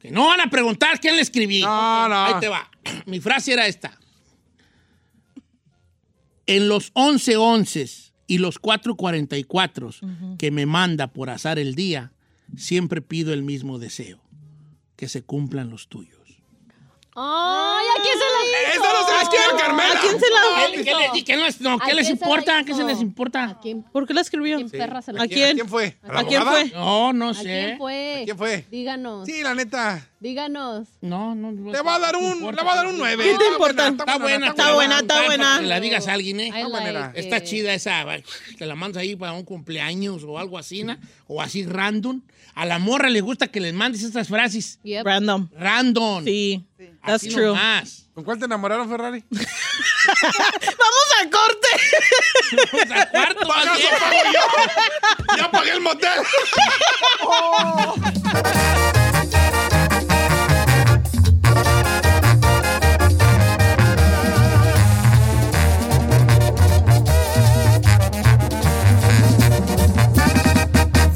S2: Que no van a preguntar quién le escribí.
S5: No, no.
S2: Ahí te va. Mi frase era esta. En los 11 11 y los 444 que me manda por azar el día, siempre pido el mismo deseo, que se cumplan los tuyos.
S3: Ay, aquí se la hizo.
S5: ¡Esta no se la escribe Carmela!
S4: ¿A quién se la.?
S2: ¿Qué, qué les, qué les- no,
S3: ¿A
S2: ¿qué les
S3: quién se la
S2: importa? ¿Qué
S3: hizo?
S2: se les importa?
S3: ¿Quién,
S4: ¿Por qué la escribió?
S3: quién perra se la
S4: ¿A
S3: hizo?
S4: quién?
S5: ¿A quién fue? ¿A la
S4: ¿A quién
S5: abogada?
S4: fue?
S2: No, no
S3: ¿A
S2: sé.
S3: quién fue?
S5: ¿A quién fue?
S3: Díganos,
S5: Sí, la neta.
S3: díganos.
S2: No, no. no
S5: Le va a dar
S2: no
S5: un,
S2: importa.
S5: le va a dar un 9.
S4: ¿Qué te importa?
S2: Está buena,
S4: está buena, está
S2: para
S4: buena.
S2: Que la digas a alguien, ¿eh?
S3: I like
S2: Está
S3: it.
S2: chida esa, va, te la mandas ahí para un cumpleaños o algo así, ¿na? o así random. A la morra le gusta que les mandes estas frases
S3: Yep.
S4: Random.
S2: random.
S4: Sí. That's
S2: Así
S4: true.
S2: nomás.
S5: ¿Con cuál te enamoraron, Ferrari?
S4: ¡Vamos al corte!
S2: Vamos al cuarto, más bien.
S5: ¡Ya pagué el motel!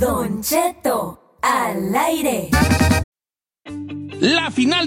S8: Don Cheto, al aire.
S2: La final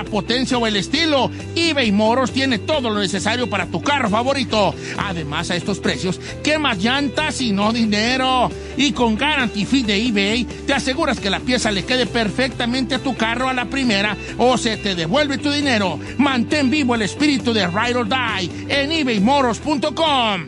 S2: potencia o el estilo, eBay Moros tiene todo lo necesario para tu carro favorito. Además, a estos precios, ¿qué más llantas y no dinero? Y con Guarantee Fee de eBay, te aseguras que la pieza le quede perfectamente a tu carro a la primera o se te devuelve tu dinero. Mantén vivo el espíritu de Ride or Die en ebaymoros.com.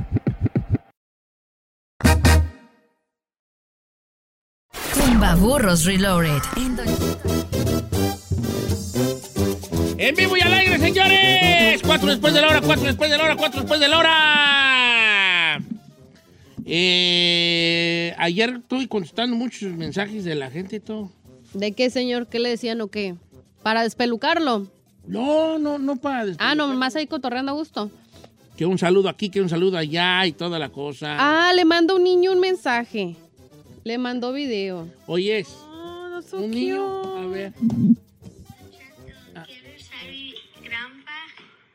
S9: Tumbaburros Reloaded.
S2: En vivo y al aire, señores. Cuatro después de la hora, cuatro después de la hora, cuatro después de la hora. Eh, ayer estuve contestando muchos mensajes de la gente y todo.
S3: ¿De qué señor? ¿Qué le decían o qué? ¿Para despelucarlo?
S2: No, no, no para
S3: Ah, no, nomás ahí cotorreando a gusto.
S2: Que un saludo aquí, que un saludo allá y toda la cosa.
S3: Ah, le manda un niño un mensaje. Le mandó video.
S2: Oye, es.
S3: Oh,
S2: un niño. A ver.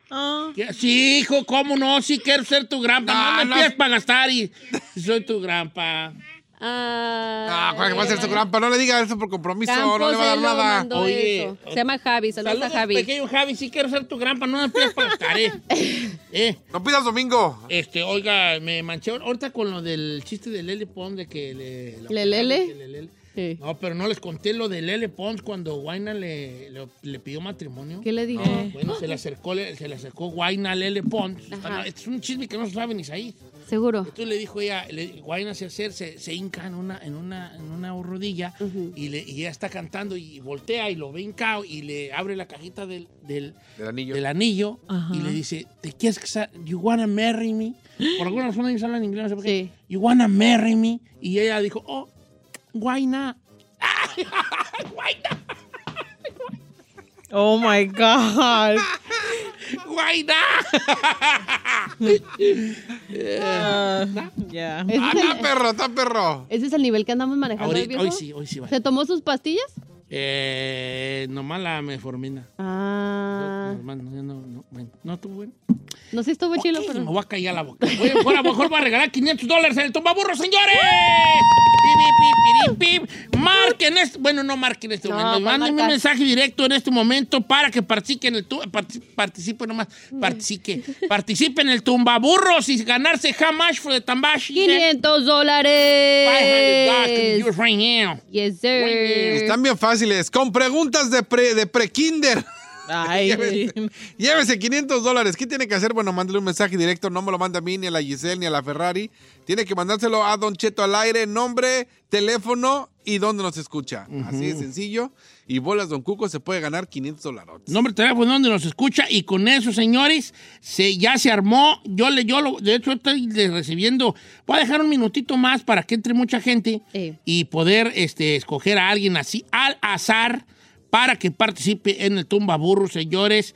S3: Ah.
S2: ¿Qué? Sí, hijo, ¿cómo no? Sí quiero ser tu grampa. No, me empieces para gastar y y soy tu grampa.
S3: Ah,
S5: Ah, Juan, que va a ser su grampa. No le diga eso por compromiso. no le va a dar nada.
S2: Oye,
S3: Oye, Se llama Javi, saludos,
S2: Saludos,
S3: a Javi.
S2: pequeño Javi, sí quiero ser tu grampa, no me pidas para gastar, ¿eh? ¿eh?
S5: No pidas domingo.
S2: Este, oiga, me manché ahor- ahorita con lo del chiste de Lele Pons de que le... lo-
S3: ¿Le lele?
S2: que le lele. No, pero no les conté lo de Lele Pons cuando Guayna le, le, le pidió matrimonio.
S3: ¿Qué le dijo?
S2: No, bueno, se le acercó, le- se le acercó Guayna a Lele Pons. Están- Este es un chisme que no se sabe ni ahí.
S3: Seguro.
S2: Entonces le dijo ella, le- Guayna se hacer, se, se hinca en una, en una, en una rodilla y, le, y ella está cantando y voltea y lo ve hincado y le abre la cajita del, del,
S5: Del anillo.
S2: del anillo y le dice, ¿te quieres casar? You wanna marry me? Por alguna razón ellos hablan inglés, no sé por qué.
S3: Sí.
S2: You wanna marry me? Y ella dijo, oh, why not?
S4: Oh my God.
S2: Why not?
S4: Uh, yeah.
S3: Ese
S5: Ah,
S3: es, el,
S5: está perro, está perro.
S3: ese es el nivel que andamos manejando.
S2: Ahorita-
S3: ¿eh, viejo?
S2: hoy sí, hoy sí va.
S3: ¿Se tomó sus pastillas?
S2: Eh, nomás la meformina.
S3: Ah.
S2: Normal, no, no, no, bueno, no tú, bueno.
S3: No sé si estuvo chilo,
S2: Ok, Me
S3: pero.
S2: voy a callar la boca. Voy, voy a, a lo mejor voy a regalar 500 dólares en el tumbaburro, señores. Pip, pip, pip, pip, pip. Marquen este. Bueno, no marquen este
S3: No,
S2: momento.
S3: pues
S2: Mándenme un
S3: marcar.
S2: mensaje directo en este momento para que participen en el tu- parti- participe nomás.
S3: Mm.
S2: Participe. Participen en el tumbaburros y ganarse jamás for the tambash.
S3: 500
S2: $500 can be
S3: dólares.
S2: yours right now.
S3: Yes, sir.
S5: Están bien fáciles. Con preguntas de pre, de pre-kinder.
S4: Ay,
S5: Llévese,
S4: sí.
S5: llévese 500 dólares. ¿Qué tiene que hacer? Bueno, mándale un mensaje directo. No me lo manda a mí, ni a la Giselle, ni a la Ferrari. Tiene que mandárselo a Don Cheto al aire, nombre, teléfono y dónde nos escucha. Así de sencillo. Y bolas Don Cuco se puede ganar 500 dólares.
S2: Nombre, teléfono, donde nos escucha. Y con eso, señores, se, ya se armó. Yo le, yo lo, de hecho, estoy de- recibiendo. Voy a dejar un minutito más para que entre mucha gente
S3: Eh.
S2: y poder este, escoger a alguien así al azar para que participe en el tumba burro, señores.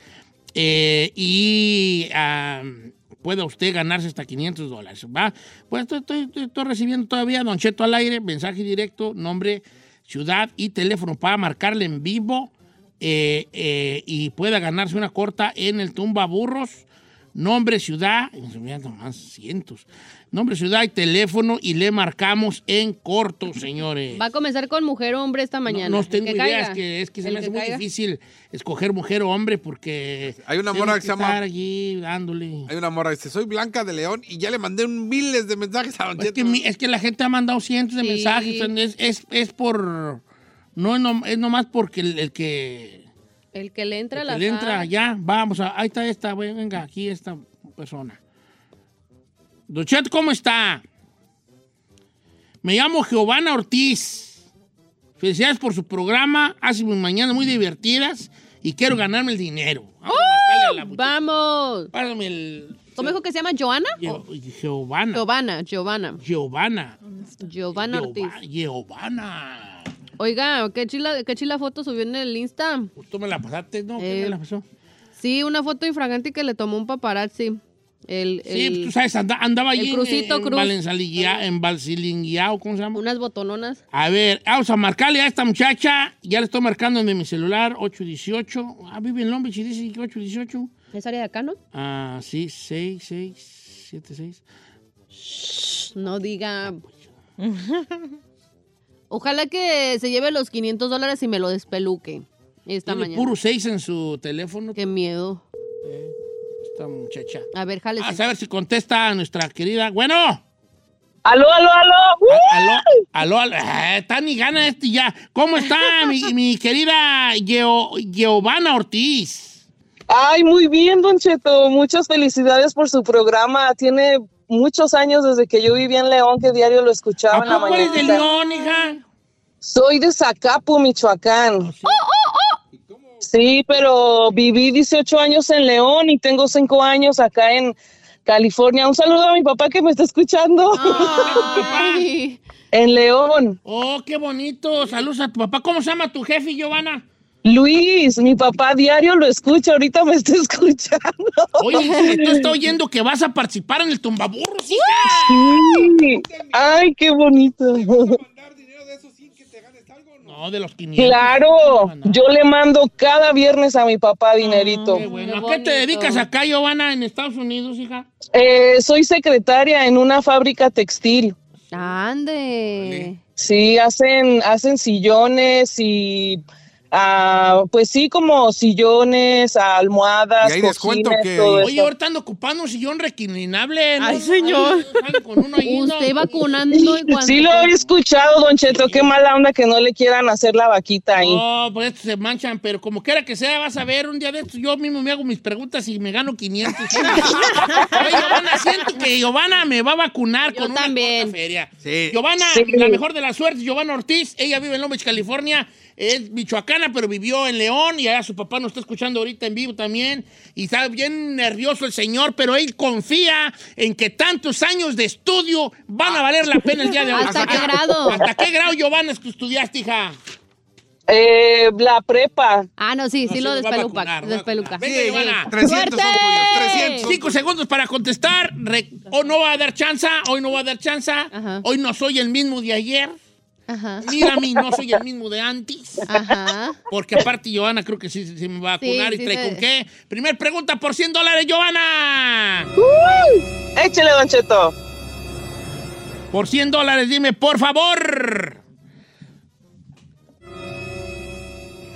S2: Eh, y ah, pueda usted ganarse hasta 500 dólares. ¿va? Pues estoy, estoy- estoy- estoy recibiendo todavía Don Cheto al aire, mensaje directo, nombre, ciudad y teléfono para marcarle en vivo eh, eh, y pueda ganarse una corta en el tumba burros. Nombre, ciudad, y se me dan más cientos. Nombre, ciudad y teléfono y le marcamos en corto, señores.
S3: Va a comenzar con mujer o hombre esta mañana.
S2: No, no
S3: El
S2: tengo
S3: que
S2: idea,
S3: caiga.
S2: es que, es que se
S3: El
S2: me hace muy
S3: caiga.
S2: difícil escoger mujer o hombre porque...
S5: Hay una
S2: tengo
S5: morra que se llama-
S2: estar allí dándole.
S5: Hay una morra que dice, soy Blanca de León y ya le mandé un miles de mensajes a Don
S2: Es
S5: Cheto.
S2: que, mi- es que la gente ha mandado cientos de
S3: Sí.
S2: mensajes, entonces es, es, es por... No, es nom- es nomás porque el, el que...
S3: El que le entra a la
S2: el que le entra ya, vamos, a, ahí está esta, güey, venga, aquí esta persona. Duchet, ¿cómo está? Me llamo Giovanna Ortiz. Felicidades por su programa. Hace mis mañanas muy divertidas y quiero ganarme el dinero. Vamos
S3: ¡Oh,
S2: a marcarle a la muchacha.
S3: Vamos.
S2: Pásame el.
S3: ¿Cómo dijo que se llama Joana? Oh,
S2: Gio- Giovanna.
S3: Giovanna, Giovanna.
S2: Giovanna.
S3: Giovanna Ortiz.
S2: Giova- Giovanna.
S3: Oiga, qué chila, qué chila foto subió en el Insta.
S2: Tú me la pasaste, ¿no? ¿Qué
S3: Eh,
S2: me la pasó?
S3: Sí, una foto infragante que le tomó un paparazzi. El,
S2: Sí,
S3: el-
S2: pues, tú sabes, anda- andaba
S3: el
S2: allí en-
S3: crucito
S2: en,
S3: cruz.
S2: Valenzalinguia- en Valsilinguiao, ¿cómo se llama?
S3: unas botononas.
S2: A ver, vamos a marcarle a esta muchacha. Ya le estoy marcando en mi celular, 818. Ah, vive en Long Beach y dice que 818.
S3: ¿Es área de acá, no?
S2: Ah, sí, 6676.
S3: No
S2: Ah,
S3: diga.
S2: pues
S3: Ojalá que se lleve los 500 dólares y me lo despeluque esta
S2: Tiene
S3: mañana.
S2: puro 6 en su teléfono,
S3: Qué miedo.
S2: esta muchacha.
S3: A ver, jálese.
S2: Ah, A saber si contesta a nuestra querida. Bueno, Aló, aló, aló. Aló, aló, aló. Ah, Está ni gana este ya. ¿Cómo está mi, mi querida Geo- Giovanna Ortiz?
S10: Ay, muy bien, Don Cheto. Muchas felicidades por su programa. Tiene muchos años desde que yo vivía en León, que diario lo escuchaba en la
S2: ¿Cómo
S10: mañana.
S2: eres de León, hija?
S10: Soy de Zacapu, Michoacán. Sí, pero viví 18 años en León y tengo 5 años acá en California. Un saludo a mi papá que me está escuchando. en León.
S2: Oh, qué bonito. Saludos a tu papá. ¿Cómo se llama tu jefe, Giovanna?
S10: Luis, mi papá diario lo escucha, ahorita me está escuchando.
S2: Oye, tú está oyendo que vas a participar en el tumbaburros, hija.
S10: Sí. Ay, qué bonito.
S2: No, de los 500.
S10: Claro, yo le mando cada viernes a mi papá dinerito.
S2: Bueno, ¿a qué te dedicas acá, Giovanna, en Estados Unidos, hija?
S10: Eh, soy secretaria en una fábrica textil.
S3: Ande.
S10: Sí, hacen, hacen sillones y ah, pues sí, como sillones, almohadas, cojines, todo
S2: Oye,
S10: eso.
S2: ahorita ando ocupando un sillón reclinable. ¿no?
S10: Pues Ay, señor.
S2: Ando con uno ahí, ¿no?
S3: Usted vacunando y cuando...
S10: Sí lo he escuchado, Don Cheto, qué mala onda que no le quieran hacer la vaquita ahí.
S2: No, pues estos se manchan, pero como quiera que sea, vas a ver un día de estos. Yo mismo me hago mis preguntas y me gano 500. Oye, Giovanna, siento que Giovanna me va a vacunar con una corta feria. Giovanna,
S5: Sí.
S2: la mejor de la suerte, Giovanna Ortiz. Ella vive en Long Beach, California. Es michoacana, pero vivió en León y ahora su papá nos está escuchando ahorita en vivo también. Y está bien nervioso el señor, pero él confía en que tantos años de estudio van a valer la pena el día de hoy.
S3: ¿Hasta qué grado?
S2: ¿Hasta qué grado, Giovanna, es que estudiaste, hija?
S10: Eh, la prepa.
S3: Ah, no, sí, sí
S2: No,
S3: lo
S2: sí, lo va a
S3: despeluca.
S2: vacunar,
S3: despeluca.
S2: Venga, Ivana.
S3: 300 son tuyos, 300.
S2: Cinco segundos para contestar. Re- o no va a dar chance, hoy no va a dar chance. Hoy no soy el mismo de ayer.
S3: Ajá.
S2: Mira a mí, no soy el mismo de antes.
S3: Ajá.
S2: Porque aparte, Giovanna, creo que sí, sí, sí me va a vacunar.
S3: Sí,
S2: ¿Y
S3: sí
S2: trae
S3: se-
S2: con qué? Primer pregunta por 100 dólares, Giovanna.
S10: Échale, Don Cheto.
S2: Por 100 dólares, dime, por favor.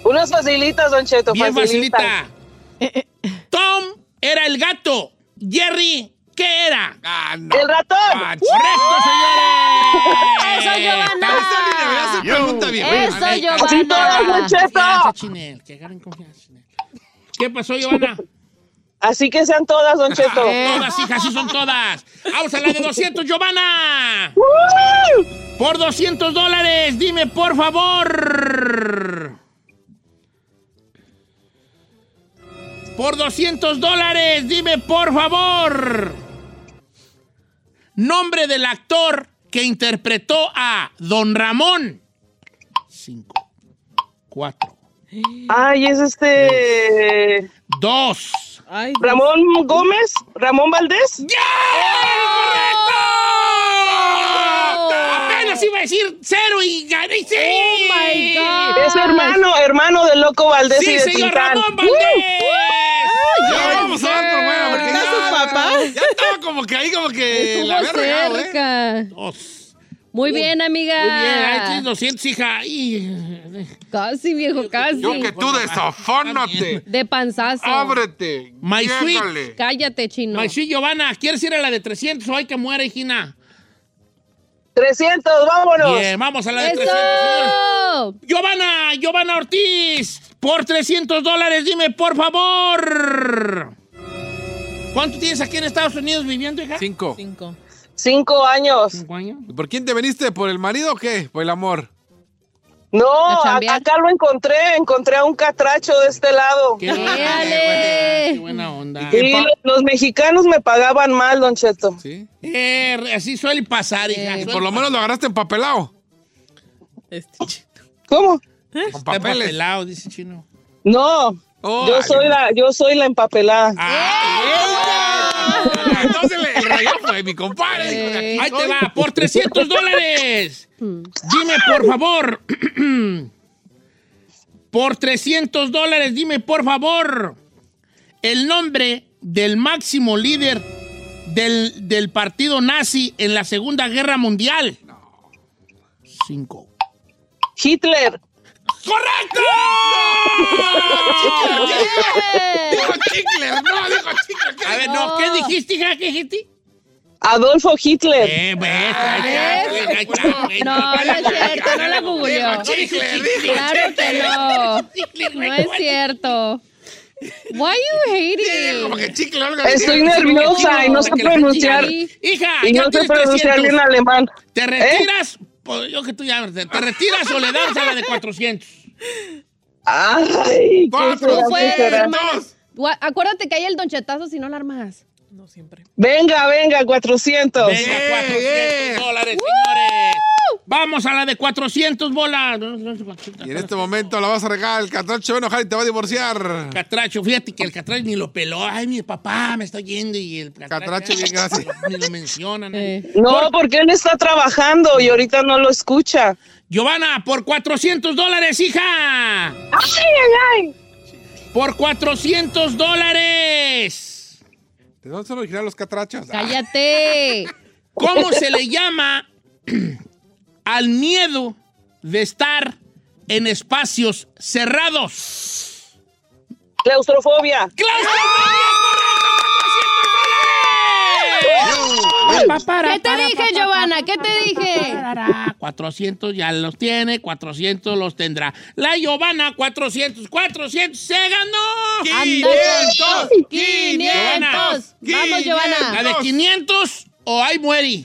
S10: Unas facilitas, Don Cheto,
S2: Bien
S10: facilitas.
S2: facilita.
S3: Eh,
S2: Tom era el gato. Jerry, ¿qué era?
S10: El ratón.
S2: Ah, ¡Correcto, señores!
S3: ¡Eso, Giovanna!
S2: Eso,
S5: Yo. pregunta bien.
S3: ¡Eso,
S2: Ahí está.
S3: Giovanna!
S2: Así todas, Don Cheto.
S3: Confianza,
S2: Chinel, que agarren confianza, Chinel. ¿Qué pasó, Giovanna?
S10: Así que sean todas, Don Cheto.
S2: todas, hijas, sí son todas. Vamos a la de 200, Giovanna. Por 200 dólares, dime, por favor. Por 200 dólares, dime, por favor. Nombre del actor que interpretó a Don Ramón. Cinco. Cuatro.
S10: Ay, es este.
S2: Dos.
S10: Ramón Gómez, Ramón Valdés.
S2: Apenas iba a decir cero y gané. ¡Sí! ¡Oh, my God!
S10: Es hermano, hermano de Loco Valdés
S2: ¡Sí,
S10: y de
S2: señor
S10: Tintán.
S2: Ramón Valdés!
S5: Ya vamos a dar por buena, porque
S2: ¿Está
S5: ya-
S2: su papá?
S5: Ya estaba como que ahí, como que
S3: Estuvo
S5: la había regado, ¿eh?
S3: cerca.
S2: Dos.
S3: Muy bien, amiga.
S2: Muy bien, ahí tienes 200, hija. Y...
S3: Casi, viejo, casi.
S5: Yo que tú desafánate.
S3: De panzazo.
S5: Ábrete.
S2: My sweet.
S5: llégale.
S3: Cállate, chino.
S2: Ay, sí, Giovanna, ¿quieres ir a la de 300 o hay que muera, hijina?
S10: 300, vámonos.
S2: Bien, vamos a la de
S3: ¡Eso!
S2: 300, señores. Giovanna, Giovanna Ortiz, por 300 dólares, dime, por favor. ¿Cuánto tienes aquí en Estados Unidos viviendo, hija?
S5: Cinco.
S4: Cinco.
S10: Cinco años.
S5: ¿Y ¿Por quién te veniste? ¿Por el marido o qué? ¿Por el amor?
S10: No,
S5: ¿A
S10: a-
S5: chambear?
S10: acá lo encontré, encontré a un catracho de este lado.
S2: Qué buena,
S10: ¡Éale!
S2: qué buena onda.
S10: Sí, los- los mexicanos me pagaban mal, Don Cheto.
S5: Sí.
S2: Eh, así suele pasar, hija.
S5: Por lo menos lo agarraste empapelado.
S10: ¿Cómo?
S3: ¿Eh?
S5: Con
S2: Papeles.
S5: papeles.
S2: dice Chino.
S10: No.
S5: Oh,
S10: yo
S5: ay.
S10: soy la yo soy la empapelada.
S2: Ah.
S5: Entonces el, el rayón fue mi compadre. dijo, "Aquí
S2: Ahí te
S5: estoy".
S2: va, por 300 dólares. Dime, por favor. por 300 dólares, dime, por favor. El nombre del máximo líder del, del partido nazi en la Segunda Guerra Mundial. Cinco.
S10: Hitler.
S2: ¡Correcto!
S5: Dijo chicle, no, dijo chicle.
S2: A ver, no, ¿qué dijiste, hija? ¿Qué dijiste?
S10: Adolfo Hitler.
S2: Eh, pues, ahí está, güey, ahí está,
S3: No,
S2: güey.
S3: no es cierto, no la googleó.
S2: Dijo Hitler, dijo
S3: Claro que
S2: Hitler.
S3: no.
S2: Hitler,
S3: No es cierto. Why you
S2: Como que
S3: hating?
S2: chicle, algo
S10: Estoy
S2: así, como que
S10: nerviosa
S2: chicle,
S10: y no
S2: hasta
S10: sé
S2: que la
S10: pronunciar.
S2: chicle. Hija,
S10: Y
S2: ya
S10: no sé
S2: tienes
S10: pronunciar
S2: 300.
S10: bien alemán. ¿Eh?
S2: ¿Te retiras? Pues, yo que tú ya, te te retiras o le das a la de 400.
S10: Ay, qué
S3: Tú
S10: será, qué
S3: puedes,
S10: será.
S3: hermana. Gua- Acuérdate que hay el donchetazo si no la armas.
S10: Venga, venga, 400.
S2: Venga, 400 dólares, señores. Vamos a la de 400 bolas.
S5: Y en este momento la vas a regar, el catracho se va a enojar y te va a divorciar.
S2: Catracho, fíjate que el catracho ni lo peló. Ay, mi papá me está yendo y el
S5: Catracho, bien, gracias.
S2: Ni lo mencionan.
S3: Eh.
S10: No, porque él está trabajando y ahorita no lo escucha.
S2: Giovanna, por 400 dólares, hija. Por 400 dólares.
S5: ¿De dónde son originales los catrachos? Ah,
S3: Cállate.
S2: ¿Cómo se le llama al miedo de estar en espacios cerrados?
S10: Claustrofobia.
S3: ¿Qué te dije, Giovanna? ¿Qué te dije?
S2: 400 ya los tiene, 400 los tendrá. La Giovanna, 400, 400, se ganó.
S3: ¡Quinientos! ¡Quinientos! ¡Vamos,
S2: La
S3: Giovanna!
S2: de 500 o ahí muere.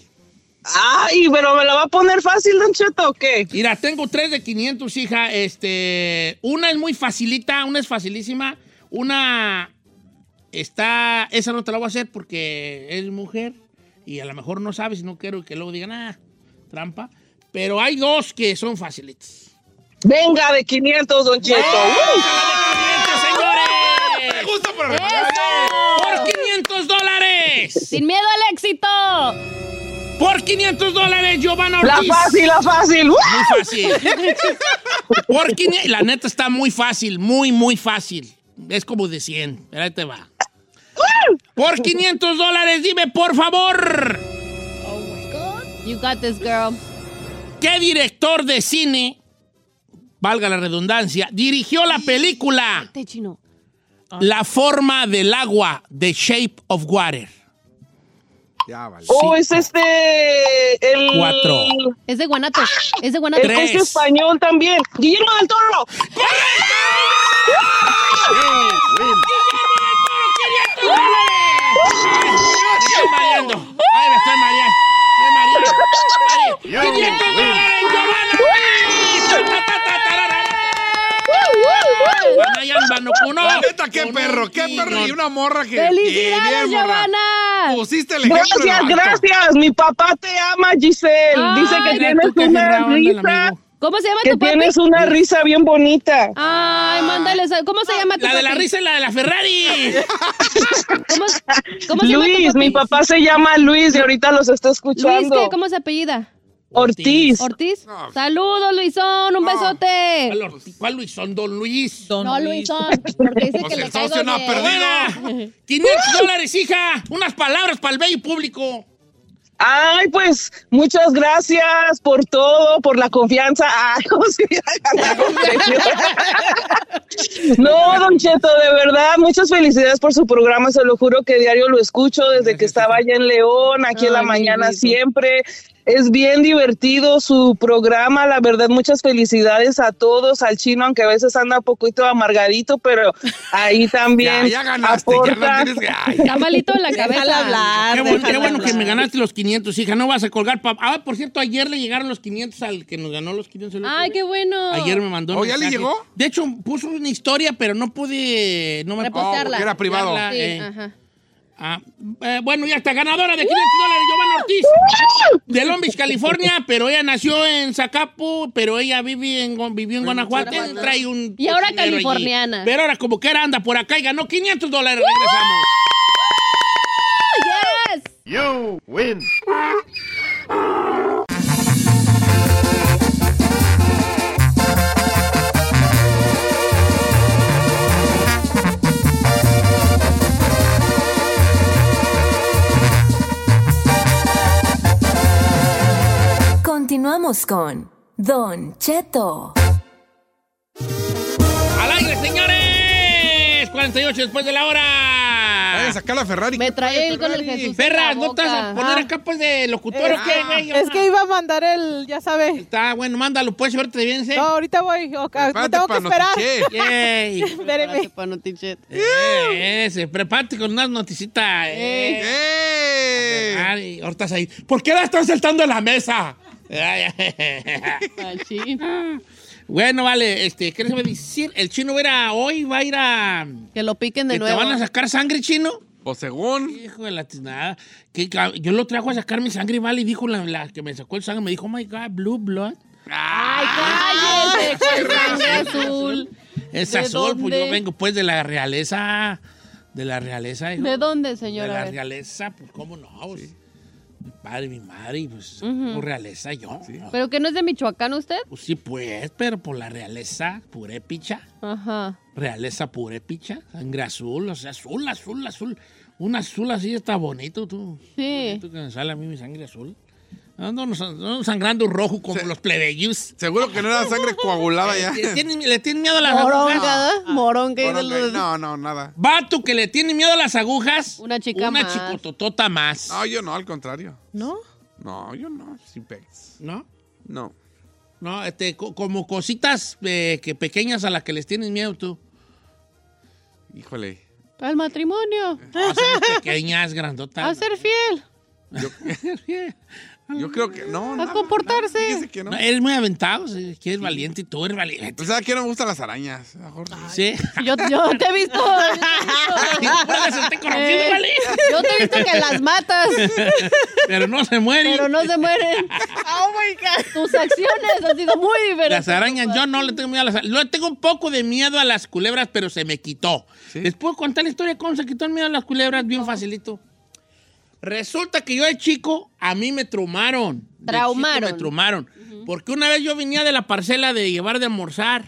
S10: Ay, pero me la va a poner fácil, Don Cheto, ¿o qué?
S2: Mira, tengo tres de 500, hija. Este, una es muy facilita, una es facilísima. Una está, esa no te la voy a hacer porque es mujer y a lo mejor no sabes y no quiero que luego digan, ah, trampa. Pero hay dos que son facilitas.
S10: Venga, de 500, Don Cheto.
S2: ¡Señores!
S5: justo por
S2: ¡Por 500 dólares!
S3: ¡Sin miedo al éxito!
S2: ¡Por 500 dólares, Giovanna
S10: La
S2: Ortiz!
S10: fácil, la fácil. ¡Woo!
S2: Muy fácil. Por 500 la neta está muy fácil, muy, muy fácil. Es como de 100. Pero ahí te va. Por 500 dólares, dime por favor,
S3: Oh You got this, girl.
S2: ¿qué director de cine, valga la redundancia, dirigió la película
S3: Te chino.
S2: La forma del agua, The Shape of Water?
S5: Ya, vale.
S10: Oh, es este. El,
S2: Cuatro.
S3: Es de Guanatos. Es de
S10: El
S3: Guanatos.
S2: Tres.
S10: coche español también. Guillermo del Toro.
S2: estoy mareando. Ay, me estoy mareando. Me mareo. Me mareo. 500 dólares, Giovanna. Ta, ta, ta, tarara. Giovanna Yambanocuno.
S5: La neta, qué perro, qué perro. Y una morra que.
S3: ¡Felicidades,
S5: Bien, bien, morra.
S3: Giovanna!
S5: Pusiste el ejemplo.
S10: Gracias,
S5: del vato.
S10: gracias. Mi papá te ama, Giselle.
S3: Ay,
S10: Dice que
S3: mira,
S10: tienes
S2: tú, qué
S10: una
S2: brava onda el
S10: risa.
S2: amigo.
S3: ¿Cómo se llama
S10: Que
S3: tu papi? Ah,
S10: tienes una risa bien bonita.
S3: Ay, mándale. sal- ¿Cómo
S5: Ah,
S3: se llama tu
S2: La de la
S3: papi?
S2: risa y la de la Ferrari.
S3: ¿Cómo, cómo se llama tu
S10: Luis,
S3: papi?
S10: mi papá se llama Luis y ahorita los está
S3: Luis,
S10: escuchando.
S3: ¿qué? ¿Cómo se apellida?
S10: Ortiz.
S3: ¿Ortiz?
S5: No.
S3: Saludos, Luisón. Un besote.
S2: ¿Cuál Ortiz? ¿Cuál Luisón? Don Luis.
S4: Don
S3: No,
S4: Luis.
S3: Luisón. Porque dice
S5: Pues
S3: que le
S5: el
S3: caigo
S5: socio no ha
S3: bien.
S2: Oiga,
S5: perdido.
S2: 500 dólares, hija. Unas palabras para el bello público.
S10: Ay, pues muchas gracias por todo, por la confianza. Ay, como si hubiera ganado un premio. No, Don Cheto, de verdad, muchas felicidades por su programa. Se lo juro que diario lo escucho desde que estaba allá en León, aquí en la
S4: Ay,
S10: mañana
S4: mi vida.
S10: siempre. Es bien divertido su programa, la verdad, muchas felicidades a todos, al chino, aunque a veces anda un poquito amargadito, pero ahí
S5: Ya,
S10: también
S5: ya ganaste, ya no
S10: aporta.
S5: tienes que. ay,
S3: Está malito en la cabeza.
S4: Déjala hablar.
S2: Qué bueno,
S4: Ah, déjala
S2: qué bueno que
S4: hablar.
S2: me ganaste los 500, hija. No vas a colgar. pa- Ah, por cierto, ayer le llegaron los 500 al que nos ganó los 500. el otro
S3: Ay,
S2: día.
S3: qué bueno.
S2: Ayer me mandó.
S5: ¿Oh, ya le
S2: mensaje.
S5: llegó?
S2: De hecho, puso una historia, pero no pude. No me
S3: Repostearla.
S2: pude-
S3: porque
S5: era privado.
S2: Ah,
S3: Sí,
S2: eh,
S3: ajá.
S2: ah, eh, bueno, ya está. Ganadora de 500 dólares, Giovanna Ortiz. De Long Beach, California, pero ella nació en Zacapu, pero ella vive en, Gu- vivió en Guanajuato. Trae un
S3: Y ahora
S2: cochinero allí.
S3: californiana.
S2: Pero ahora, como quiera, anda por acá y ganó 500 dólares. Regresamos.
S3: Oh, yes.
S8: Continuamos con Don Cheto.
S2: ¡Al aire, señores! 48 después de la hora.
S5: Voy a sacar la Ferrari.
S3: Me trae él con el Jesús.
S2: Perras,
S3: en la
S2: ¿no te vas a
S3: boca.
S2: poner
S3: Ah.
S2: acá pues de locutor o
S4: Ah.
S2: qué, güey?
S4: Es que iba a mandar el, ya sabes.
S2: Está bueno, mándalo, pues, ahorita bien, ¿sí?
S4: No, ahorita voy. ok, me tengo que esperar.
S2: Yay.
S4: Espéreme.
S2: Eh, Ese, prepárate con unas noticitas. Eh.
S5: Eh,
S3: Eh.
S2: Ay, ahorita ahí. ¿Por qué la están saltando a la mesa? Ay, bueno, vale, este, ¿qué les voy a decir? El chino va a ir a- hoy, va a ir a...
S3: Que lo piquen de
S2: ¿Que
S3: nuevo.
S2: ¿Te van a sacar sangre, chino?
S5: O pues según.
S2: Hijo de la tinada. Que, ca- yo lo trajo a sacar mi sangre, vale, y dijo la, la que me sacó el sangre, me dijo, oh my God, blue blood.
S5: ¡Ay,
S3: cállese! con sangre azul.
S2: Es
S3: ¿De
S2: azul, pues
S3: dónde?
S2: yo vengo pues de la realeza, de la realeza, hijo.
S3: ¿De dónde,
S2: De
S3: señora?
S2: la
S3: A ver.
S2: realeza, pues cómo no, pues, mi padre, mi madre, y, pues
S3: Ujú.
S2: por realeza yo. ¿no?
S3: ¿Pero que no es de Michoacán usted?
S2: Pues sí, pues, pero por la realeza purépicha,
S3: Ajá.
S2: realeza purépicha, sangre azul, o sea, azul, azul, azul. Un azul así está bonito, tú.
S3: Sí.
S2: Bonito que me sale a mí mi sangre azul. Ando, nos- ando sangrando rojo como los plebeyos.
S5: Seguro que no era sangre coagulada ya.
S2: Le tienen, le tienen miedo a las agujas.
S3: Moronga, ¿eh? moronga. y de
S5: Moronga.
S3: los-
S5: No, no, nada.
S2: Vato que le tiene miedo a las agujas.
S3: Una chica
S2: Una
S3: más.
S2: chicototota más.
S5: No, yo no, al contrario.
S4: ¿No?
S5: No, yo no, sin pex.
S2: ¿No?
S5: No.
S2: No, este, co- como cositas eh, que pequeñas a las que les tienes miedo tú.
S5: Híjole.
S3: Al matrimonio.
S2: No, Ah, son las pequeñas,
S3: A
S2: grandotas.
S3: ser fiel.
S5: Yo creo que no,
S3: A
S5: nada.
S3: comportarse.
S5: Fíjese que no.
S2: No, eres muy aventado, sí, que eres valiente y tú eres valiente.
S5: O sea, que no me gustan las arañas. Mejor.
S2: Sí.
S3: Yo, yo te he visto. yo te he visto.
S2: Bueno, se está conociendo,
S3: Eh,
S2: vale.
S3: Yo te he visto que las matas,
S2: Pero no se muere.
S3: pero no se mueren. Oh my God. Tus acciones han sido muy
S2: Las
S3: diferentes.
S2: arañas, yo no le tengo miedo a las arañas. Le tengo un poco de miedo a las culebras, pero se me quitó. ¿Les puedo contar la historia de cómo se quitó el miedo a las culebras? Bien facilito. Resulta que yo de chico, a mí me traumaron. De chico
S3: Traumaron.
S2: Me traumaron. Porque una vez yo venía de la parcela de llevar de almorzar.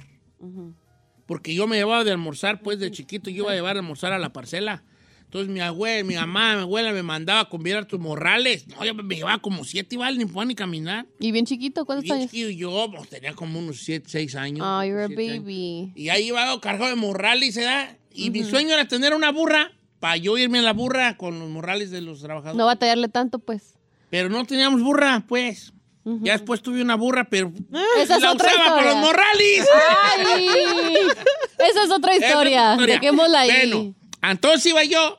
S2: Porque yo me llevaba de almorzar, pues de chiquito yo iba a llevar de almorzar a la parcela. Entonces mi abuela, mi mamá, mi abuela me mandaba a comer a tus morrales. No, yo me llevaba como siete y vale, ni podía ni caminar.
S3: Y bien chiquito, ¿cuántos
S2: Bien
S3: años?
S2: chiquillo, yo pues, tenía como unos 7, 6 años.
S3: Oh, you're a
S2: siete años.
S3: baby.
S2: Y ahí iba yo cargado de morrales, ¿verdad? Y mi sueño era tener una burra para yo irme en la burra con los morrales de los trabajadores.
S3: No batallarle tanto, pues.
S2: Pero no teníamos burra, pues. Ya después tuve una burra, pero
S3: Esa es
S2: la
S3: otra
S2: usaba para
S3: historia.
S2: los morrales.
S3: ¡Ay!
S2: Esa
S3: Esa es otra
S2: es otra
S3: historia. Dejémosla ahí.
S2: Bueno, entonces iba yo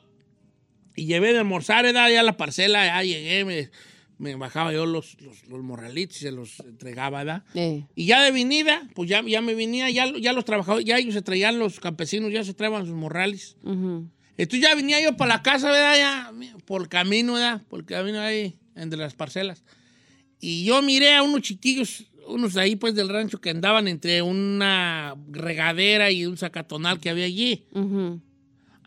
S2: y llevé de almorzar, ¿verdad? Ya a la parcela, ya llegué, me, me bajaba yo los, los, los morralitos y se los entregaba, ¿verdad?
S3: Eh.
S2: Y ya de venida, pues ya, ya me venía, ya, ya los trabajadores, ya ellos se traían los campesinos, ya se traían sus morrales.
S3: Ujú.
S2: Entonces ya venía yo para la casa, ¿verdad? Ya, por el camino, ¿verdad? Por el camino ahí, entre las parcelas. Y yo miré a unos chiquillos, unos ahí pues del rancho que andaban entre una regadera y un zacatonal que había allí.
S3: Ujú.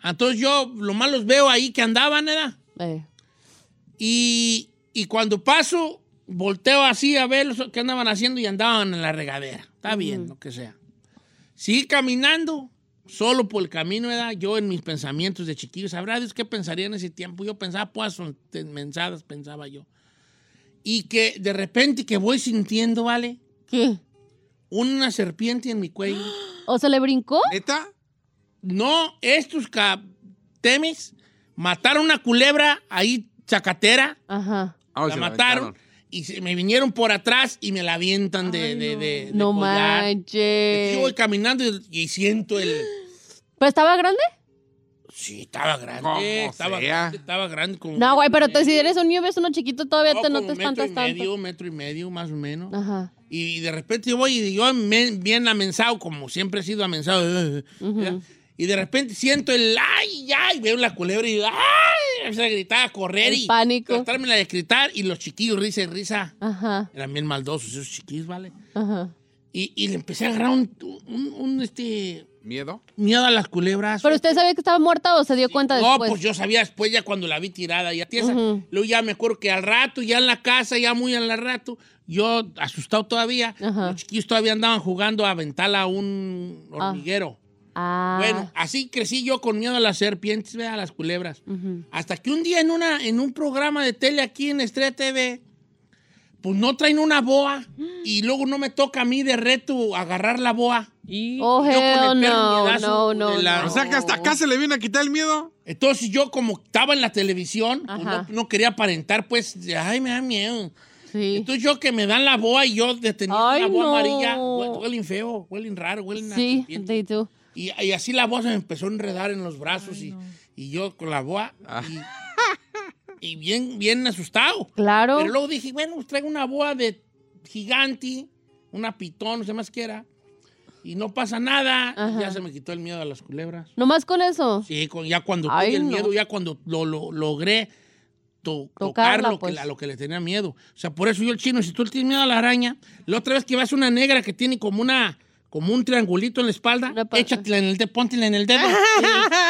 S2: Entonces yo lo más los veo ahí que andaban, ¿verdad?
S3: Eh.
S2: Y, y cuando paso, volteo así a ver los que andaban haciendo y andaban en la regadera. Está bien, lo que sea. Sigue caminando, solo por el camino, ¿verdad? Yo en mis pensamientos de chiquillo, ¿sabrá Dios qué pensaría en ese tiempo? Yo pensaba, pues, son te- mensadas, pensaba yo. Y que de repente que voy sintiendo, ¿vale?
S3: ¿Qué?
S2: Una serpiente en mi cuello.
S3: ¿O se le brincó?
S5: ¿Neta?
S2: No, estos ca- temes mataron una culebra ahí, chacatera.
S3: Ajá.
S5: Ah,
S2: la
S5: se
S2: mataron.
S5: aventaron.
S2: Y se- me vinieron por atrás y me la avientan de, de, de- de
S3: No
S2: collar. Entonces, Yo voy
S3: manches.
S2: caminando y, y siento el...
S3: ¿Pero estaba grande?
S2: Sí, estaba grande.
S5: Como
S2: estaba
S5: sea.
S2: grande, estaba grande. Como
S3: No, güey, pero te- si eres un niño, ves uno chiquito, todavía te, no
S2: como
S3: te espantas
S2: metro y medio,
S3: tanto.
S2: metro y medio, más o menos.
S3: Ajá.
S2: Y, de repente yo voy y yo me- bien amensado, como siempre he sido amensado. ¿verdad? Y de repente siento el ay, ay, veo la culebra y ay, empecé a gritar, a correr
S3: El
S2: y
S3: pánico.
S2: tratármela de gritar. Y los chiquillos risa y risa.
S3: Ajá.
S2: Eran bien maldosos esos chiquillos, ¿vale?
S3: Ajá.
S2: Y, y le empecé a agarrar un, un- un, este,
S5: ¿Miedo?
S2: miedo a las culebras.
S3: ¿Pero usted sabía que estaba muerta o se dio cuenta
S2: no,
S3: después?
S2: pues yo sabía después ya cuando la vi tirada ya tiesa.
S3: Ujú.
S2: Luego ya me acuerdo que al rato, ya en la casa, ya muy al rato, yo asustado todavía,
S3: Ajá.
S2: los chiquillos todavía andaban jugando a aventarla a un
S3: Ah.
S2: hormiguero.
S3: Ah.
S2: Bueno, así crecí yo con miedo a las serpientes, ¿verdad? a las culebras.
S3: Ujú.
S2: Hasta que un día en, una, en un programa de tele aquí en Estrella TV, pues no traen una boa y luego no me toca a mí de reto agarrar la boa.
S3: Oh,
S2: yo con el
S3: hell
S2: perro
S3: no,
S2: miedazo
S3: no, no,
S2: de la-
S3: no.
S5: O sea, que hasta acá se le viene a quitar el miedo.
S2: Entonces yo como estaba en la televisión, pues, no,
S3: Ajá.
S2: no quería aparentar, pues, de, ay, me da miedo. Entonces yo que me dan la boa y yo deteniendo
S3: Ay,
S2: la boa
S3: no.
S2: amarilla, hue- huelen feo, huelen raro, huelen a
S3: Sí,
S2: serpiente.
S3: they do.
S2: Y, y así la voz se me empezó a enredar en los brazos y, y yo con la boa y, y bien, bien asustado.
S3: Claro.
S2: Pero luego dije, bueno, pues traigo una boa de gigante, una pitón, no sé más qué era. Y no pasa nada. Y
S3: Ajá.
S2: ya se me quitó el miedo a las culebras.
S3: ¿Nomás con eso?
S2: Sí, con- ya cuando
S3: Ay,
S2: tuve el
S3: no.
S2: miedo, ya cuando lo, lo- logré to- tocar
S3: Tocarla,
S2: lo,
S3: pues.
S2: que, a lo que le tenía miedo. O sea, por eso yo el chino, si tú le tienes miedo a la araña, la otra vez que vas a una negra que tiene como una como un triangulito en la espalda, échatela en el dedo, póntela en el dedo.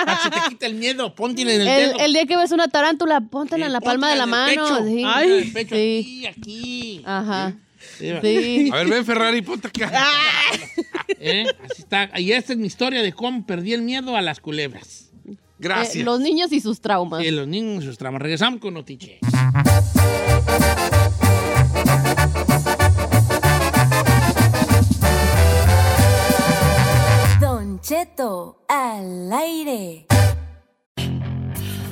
S2: Para que se te quita el miedo, póntela en el,
S3: El,
S2: dedo. Eh,
S3: el día que ves una tarántula, póntela en la palma de la
S2: póntela en el
S3: mano.
S2: pecho,
S3: sí.
S2: póntela en el pecho,
S3: Sí. Ajá. Sí. Eh,
S2: A ver, ven Ferrari, ponte acá. Eh, Así está. Y esta es mi historia de cómo perdí el miedo a las culebras. Gracias.
S3: Eh, los niños y sus traumas.
S2: Sí, los niños y sus tramas. Regresamos con Notiche.
S8: Don Cheto al aire.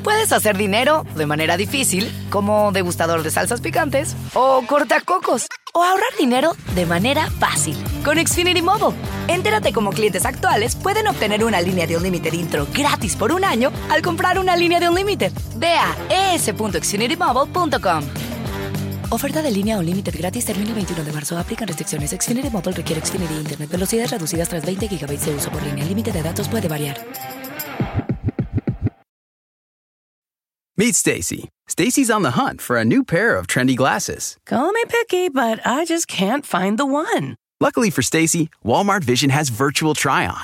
S11: Puedes hacer dinero de manera difícil como degustador de salsas picantes o cortacocos o ahorrar dinero de manera fácil con Xfinity Mobile. Entérate cómo clientes actuales pueden obtener una línea de un límite intro gratis por un año al comprar una línea de un límite. Ve a es.xfinitymobile.com. Oferta de línea o límite gratis termina el 21 de marzo. Aplican restricciones. Xfinity Mobile requiere Xfinity Internet. Velocidades reducidas tras 20 GB de uso por línea. El límite de datos puede variar.
S12: Meet Stacy. Stacy's on the hunt for a new pair of trendy glasses.
S13: Call me picky, but I just can't find the one.
S12: Luckily for Stacy, Walmart Vision has virtual try on.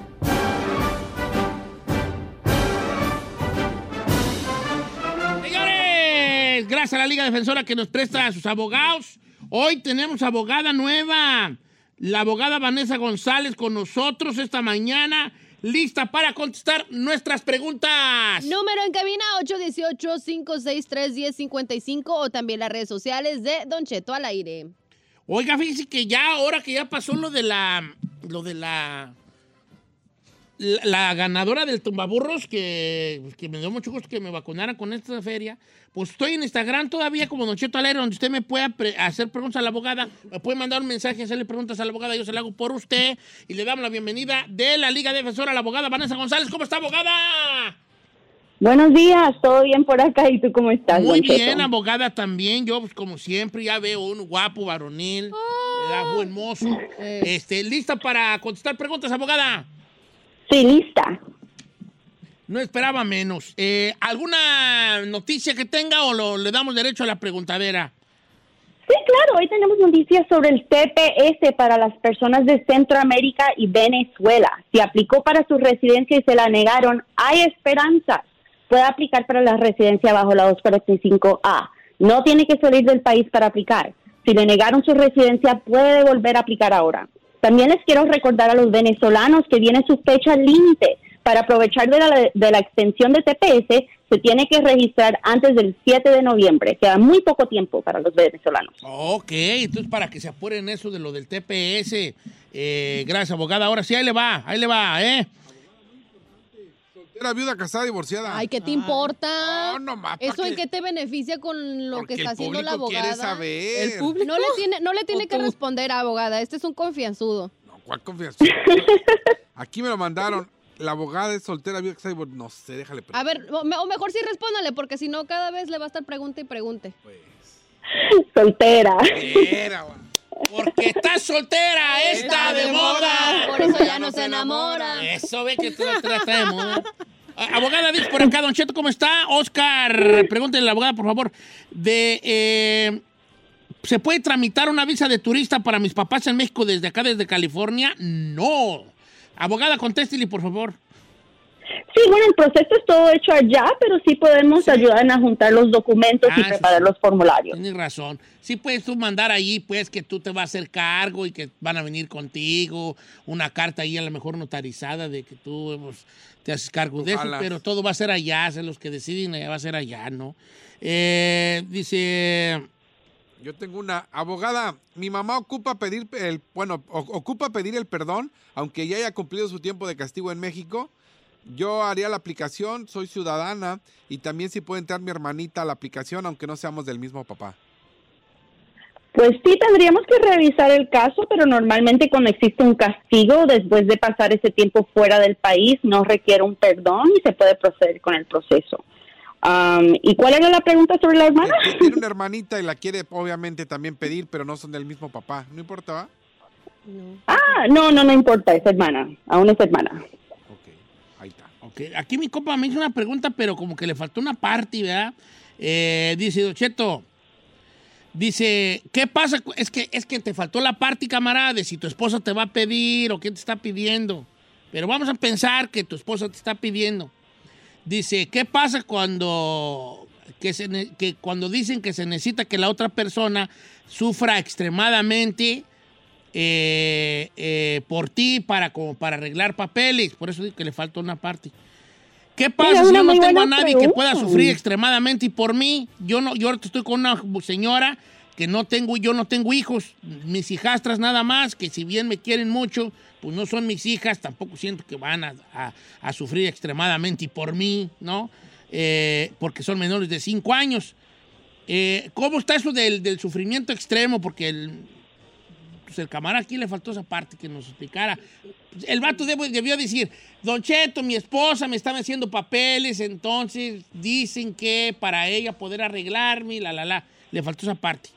S2: Señores, gracias a la Liga Defensora que nos presta a sus abogados. Hoy tenemos abogada nueva, la abogada Vanessa González con nosotros esta mañana, lista para contestar nuestras preguntas.
S3: Número en cabina 818-563-1055 o también las redes sociales de Don Cheto al aire.
S2: Oiga, fíjese que ya ahora que ya pasó lo de la lo de la la, la ganadora del tumbaburros que, pues, que me dio mucho gusto que me vacunara con esta feria, pues estoy en Instagram todavía como Don Cheto Alero, donde usted me pueda pre- hacer preguntas a la abogada, me puede mandar un mensaje, hacerle preguntas a la abogada, yo se la hago por usted y le damos la bienvenida de la Liga Defensora a la abogada Vanessa González. ¿Cómo está, abogada?
S7: Buenos días, todo bien por acá y tú cómo estás.
S2: Muy
S7: Don Cheto?
S2: bien, abogada también. Yo, pues, como siempre, ya veo un guapo, varonil, ¿verdad? buen mozo. Este, ¿Lista para contestar preguntas, abogada?
S7: Sí, lista.
S2: No esperaba menos. Eh, ¿Alguna noticia que tenga o lo- le damos derecho a la preguntadera?
S7: Sí, claro, hoy tenemos noticias sobre el TPS para las personas de Centroamérica y Venezuela. Si aplicó para su residencia y se la negaron, hay esperanza. Puede aplicar para la residencia bajo la 245A. No tiene que salir del país para aplicar. Si le negaron su residencia, puede volver a aplicar ahora. También les quiero recordar a los venezolanos que viene su fecha límite. Para aprovechar de la, de la extensión de TPS, se tiene que registrar antes del 7 de noviembre. Queda muy poco tiempo para los venezolanos.
S2: Ok, entonces para que se apuren eso de lo del TPS. Eh, gracias, abogada. Ahora sí, ahí le va, ahí le va, ¿eh?
S5: Era viuda, casada, divorciada.
S3: Ay, ¿qué te importa? ¿Eso en qué te beneficia con lo que
S5: Porque
S3: está
S5: el
S3: haciendo la
S5: público
S3: abogada?
S5: quiere saber. ¿El público?
S3: No le tiene, no le tiene que responder, abogada. Este es un confianzudo.
S5: ¿Cuál confianza? Aquí me lo mandaron. La abogada es soltera, viuda, casada, divor- No sé, déjale. pre-
S3: A ver, o, me- o mejor sí respóndale, porque si no, cada vez le va a estar pregunta y pregunte.
S7: Soltera.
S2: Porque está soltera, está de moda. Eh,
S3: Por eso ya no se enamora.
S2: Eso ve que tú lo tratemos. Ah, Abogada, dice por acá, Don Cheto, ¿cómo está? Oscar, pregúntele a la abogada, por favor. De, eh, ¿Se puede tramitar una visa de turista para mis papás en México desde acá, desde California? No. Abogada, contéstele, por favor.
S7: Sí, bueno, el proceso es todo hecho allá, pero sí podemos ayudar a juntar los documentos
S2: Ah,
S7: y preparar los formularios.
S2: Tienes razón. Sí puedes tú mandar ahí, pues, que tú te vas a hacer cargo y que van a venir contigo, una carta ahí a lo mejor notarizada de que tú pues, te haces cargo de eso,
S5: Ojalá.
S2: pero todo va a ser allá, se los que deciden eh, va a ser allá, ¿no? Eh, dice...
S5: Yo tengo una abogada. Mi mamá ocupa pedir el, bueno, o- ocupa pedir el perdón, aunque ya haya cumplido su tiempo de castigo en México. Yo haría la aplicación, soy ciudadana y también si puede entrar mi hermanita a la aplicación, aunque no seamos del mismo papá.
S7: Pues sí, tendríamos que revisar el caso, pero normalmente cuando existe un castigo, después de pasar ese tiempo fuera del país, no requiere un perdón y se puede proceder con el proceso. Am, ¿Y cuál era la pregunta sobre la
S3: Ah.
S7: hermana?
S5: Eh, Tiene una hermanita y la quiere obviamente también pedir, pero no son del mismo papá. No importa, ¿va?
S7: Ah, no, no, no importa, es hermana, aún es hermana.
S5: Ahí está.
S2: Ok, aquí mi compa me hizo una pregunta, pero como que le faltó una parte, ¿verdad? Eh, dice, Docheto, dice, ¿qué pasa? cu- Es que, es que te faltó la parte, camarada, de si tu esposa te va a pedir o qué te está pidiendo. Pero vamos a pensar que tu esposa te está pidiendo. Dice, ¿qué pasa cuando, que se ne- que cuando dicen que se necesita que la otra persona sufra extremadamente eh, eh, por ti para, como para arreglar papeles? Por eso digo que le falta una parte. ¿Qué pasa
S7: Mira,
S2: si
S7: una
S2: yo no
S7: muy
S2: tengo a
S7: buena
S2: nadie que pueda
S7: pregunta.
S2: sufrir extremadamente y por mí? Yo no, yo ahorita estoy con una señora que no tengo, yo no tengo hijos, mis hijastras nada más, que si bien me quieren mucho, pues no son mis hijas, tampoco siento que van a, a- a sufrir extremadamente y por mí, ¿no? Eh, porque son menores de 5 años. Eh, ¿Cómo está eso del, del sufrimiento extremo? Porque el, pues el camarada aquí le faltó esa parte que nos explicara. Pues, El vato debo- debió decir, Don Cheto, mi esposa me estaba haciendo papeles, entonces dicen que para ella poder arreglarme, la, la, la. Le faltó esa parte.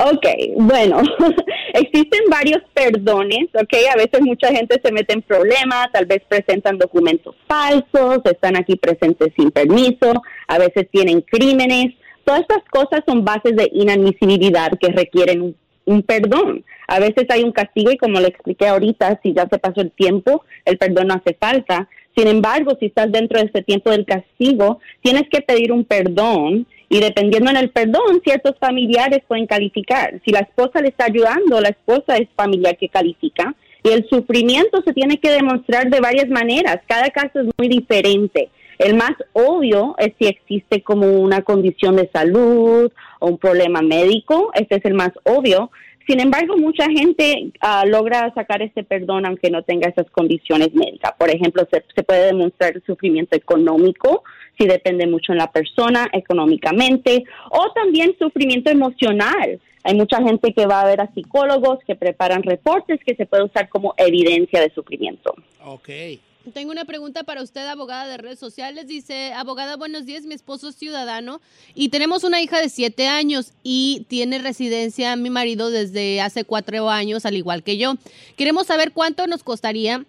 S7: Ok, bueno, existen varios perdones, ok, a veces mucha gente se mete en problemas, tal vez presentan documentos falsos, están aquí presentes sin permiso, a veces tienen crímenes, todas estas cosas son bases de inadmisibilidad que requieren un, un perdón. A veces hay un castigo y como le expliqué ahorita, si ya se pasó el tiempo, el perdón no hace falta. Sin embargo, si estás dentro de ese tiempo del castigo, tienes que pedir un perdón y dependiendo en el perdón, ciertos familiares pueden calificar. Si la esposa le está ayudando, la esposa es familiar que califica. Y el sufrimiento se tiene que demostrar de varias maneras. Cada caso es muy diferente. El más obvio es si existe como una condición de salud o un problema médico. Este es el más obvio. Sin embargo, mucha gente ah, logra sacar este perdón aunque no tenga esas condiciones médicas. Por ejemplo, se, se puede demostrar el sufrimiento económico, si depende mucho en la persona económicamente, o también sufrimiento emocional. Hay mucha gente que va a ver a psicólogos que preparan reportes que se puede usar como evidencia de sufrimiento.
S2: Ok.
S3: Tengo una pregunta para usted, abogada de redes sociales. Dice, abogada, buenos días, mi esposo es ciudadano y tenemos una hija de siete años y tiene residencia mi marido desde hace cuatro años, al igual que yo. Queremos saber cuánto nos costaría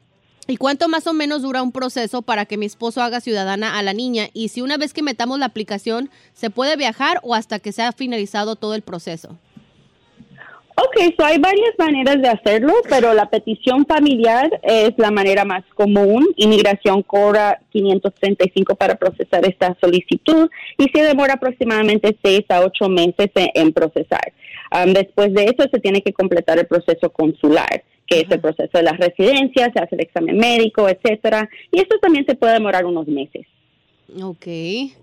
S3: y cuánto más o menos dura un proceso para que mi esposo haga ciudadana a la niña y si una vez que metamos la aplicación se puede viajar o hasta que se ha finalizado todo el proceso.
S7: Ok, so hay varias maneras de hacerlo, pero la petición familiar es la manera más común. Inmigración cobra 535 para procesar esta solicitud y se demora aproximadamente 6 a 8 meses en, en procesar. Am, después de eso se tiene que completar el proceso consular, que es el proceso de las residencias, se hace el examen médico, etcétera, y esto también se puede demorar unos meses.
S3: Ok.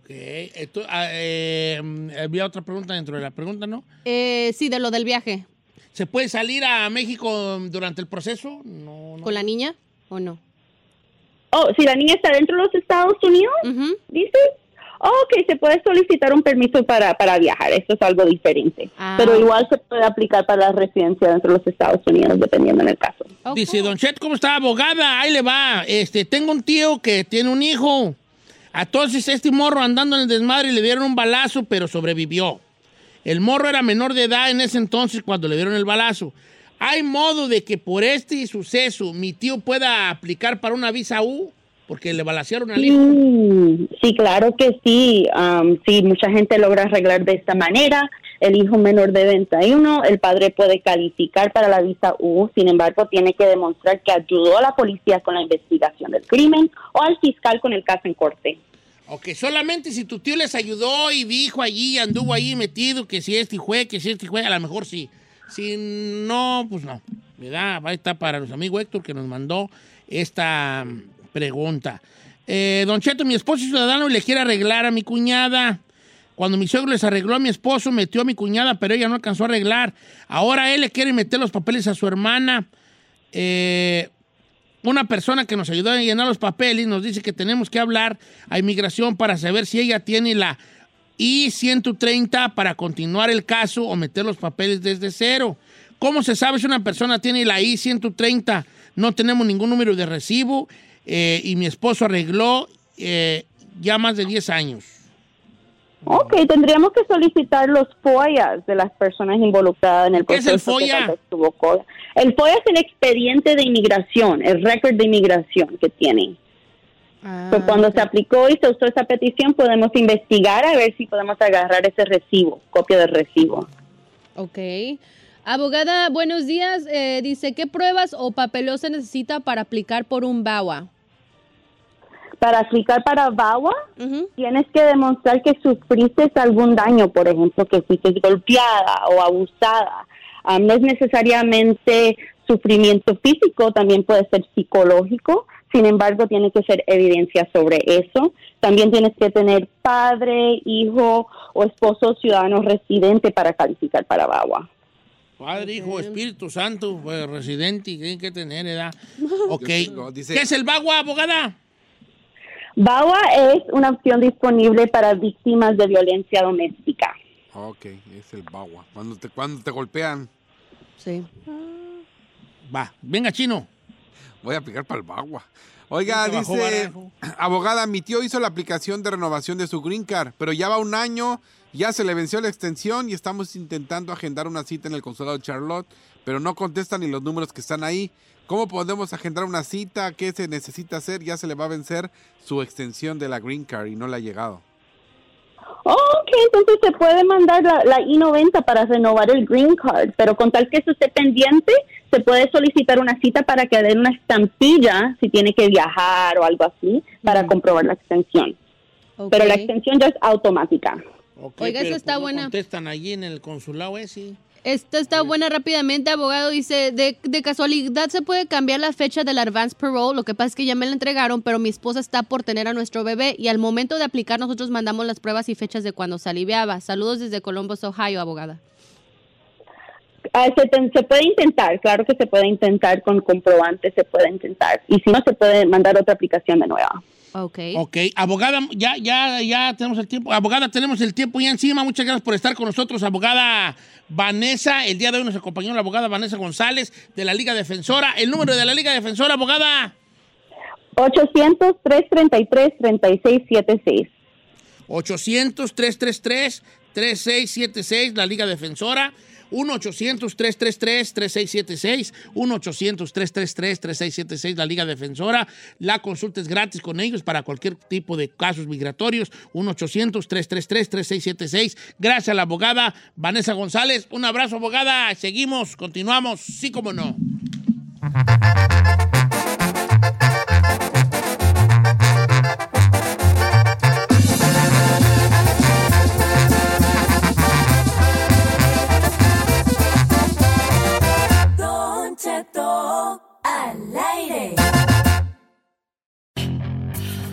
S2: Ok, esto, ah, eh, había otra pregunta dentro de la pregunta, ¿no?
S3: Eh, sí, de lo del viaje.
S2: ¿Se puede salir a México durante el proceso? No, no.
S3: ¿Con la niña o no?
S7: Oh, si la niña está dentro de los Estados Unidos, dice, oh, ok, se puede solicitar un permiso para, para viajar, esto es algo diferente. Pero igual se puede aplicar para la residencia dentro de los Estados Unidos, dependiendo en el caso.
S3: Oh,
S2: Dice, Don Chet, ¿cómo está, abogada? Ahí le va. Este, tengo un tío que tiene un hijo. Entonces, este morro andando en el desmadre le dieron un balazo, pero sobrevivió. El morro era menor de edad en ese entonces cuando le dieron el balazo. ¿Hay modo de que por este suceso mi tío pueda aplicar para una visa U? Porque le balacearon al hijo.
S7: Um, Sí, sí, claro que sí. Am, sí, mucha gente logra arreglar de esta manera. el hijo menor de 21, el padre puede calificar para la visa U, sin embargo, tiene que demostrar que ayudó a la policía con la investigación del crimen o al fiscal con el caso en corte.
S2: Ok, solamente si tu tío les ayudó y dijo allí, anduvo allí metido, que si este juez, que si este juez, a lo mejor sí. Si no, pues no. ¿Verdad? Ahí está para nuestro amigo Héctor que nos mandó esta mm, pregunta. Eh, don Cheto, mi esposo es ciudadano y le quiere arreglar a mi cuñada. Cuando mi suegro les arregló a mi esposo, metió a mi cuñada, pero ella no alcanzó a arreglar. Ahora él le quiere meter los papeles a su hermana. Eh, una persona que nos ayudó a llenar los papeles nos dice que tenemos que hablar a inmigración para saber si ella tiene la I-130 para continuar el caso o meter los papeles desde cero. ¿Cómo se sabe si una persona tiene la I-130? No tenemos ningún número de recibo eh, y mi esposo arregló eh, ya más de 10 años.
S7: Ok, tendríamos que solicitar los FOIAs de las personas involucradas en el
S2: ¿Qué es
S7: proceso.
S2: el
S7: que
S2: FOIA?
S7: tal vez tuvo co- El FOIA es el expediente de inmigración, el récord de inmigración que tienen.
S2: Ah,
S7: Pues cuando se aplicó y se usó esa petición, podemos investigar a ver si podemos agarrar ese recibo, copia del recibo.
S3: Ok. Abogada, buenos días. Eh, dice, ¿qué pruebas o papeleo se necesita para aplicar por un BAWA?
S7: Para aplicar para VAWA, tienes que demostrar que sufriste algún daño, por ejemplo, que fuiste golpeada o abusada. Ah, no es necesariamente sufrimiento físico, también puede ser psicológico. Sin embargo, tiene que ser evidencia sobre eso. También tienes que tener padre, hijo o esposo ciudadano residente para calificar para VAWA.
S2: Padre, Hijo, Espíritu Santo, pues, residente, y tienen que tener edad. Ok.
S5: dice-
S2: ¿Qué es el bagua, abogada?
S7: VAWA es una opción disponible para víctimas de violencia doméstica.
S5: Ok, es el bagua. Cuando te, cuando te golpean.
S3: Sí.
S2: Va, venga, chino.
S5: Voy a aplicar para el bagua. Oiga,
S2: Nunca bajó
S5: dice, abogada, mi tío hizo la aplicación de renovación de su green card, pero ya va un año, ya se le venció la extensión y estamos intentando agendar una cita en el consulado de Charlotte, pero no contestan ni los números que están ahí. ¿Cómo podemos agendar una cita? ¿Qué se necesita hacer? Ya se le va a vencer su extensión de la green card y no le ha llegado.
S7: Oh, ok, entonces se puede mandar la, la I-90 para renovar el green card, pero con tal que eso esté pendiente, se puede solicitar una cita para que den una estampilla si tiene que viajar o algo así para comprobar la extensión. Pero la
S3: Ok.
S7: extensión ya es automática.
S2: Ok,
S3: Oiga, esa
S2: pero,
S3: está
S2: ¿cómo
S3: buena.
S2: Contestan allí en el consulado ¿eh? ese.
S3: Esta está buena rápidamente, abogado. Dice, de, de casualidad se puede cambiar la fecha del advance parole. Lo que pasa es que ya me la entregaron, pero mi esposa está por tener a nuestro bebé y al momento de aplicar nosotros mandamos las pruebas y fechas de cuando se aliviaba. Saludos desde Columbus, Ohio, abogada.
S7: Ah, se, ten- se puede intentar, claro que se puede intentar con comprobante, se puede intentar. Y si no, se puede mandar otra aplicación de nueva.
S3: Ok.
S2: Ok, abogada, ya, ya, ya tenemos el tiempo. Abogada, tenemos el tiempo ya encima. Muchas gracias por estar con nosotros, abogada Vanessa. El día de hoy nos acompañó la abogada Vanessa González de la Liga Defensora. El número de la Liga Defensora, abogada.
S7: 800-333-3676.
S2: 800-333-3676, la Liga Defensora. 1-800-333-3676. 1-800-333-3676, la Liga Defensora. La consulta es gratis con ellos para cualquier tipo de casos migratorios. 1-800-333-3676. Gracias a la abogada Vanessa González. Un abrazo, abogada. Seguimos, continuamos. Sí, como no.
S8: Don Cheto al aire.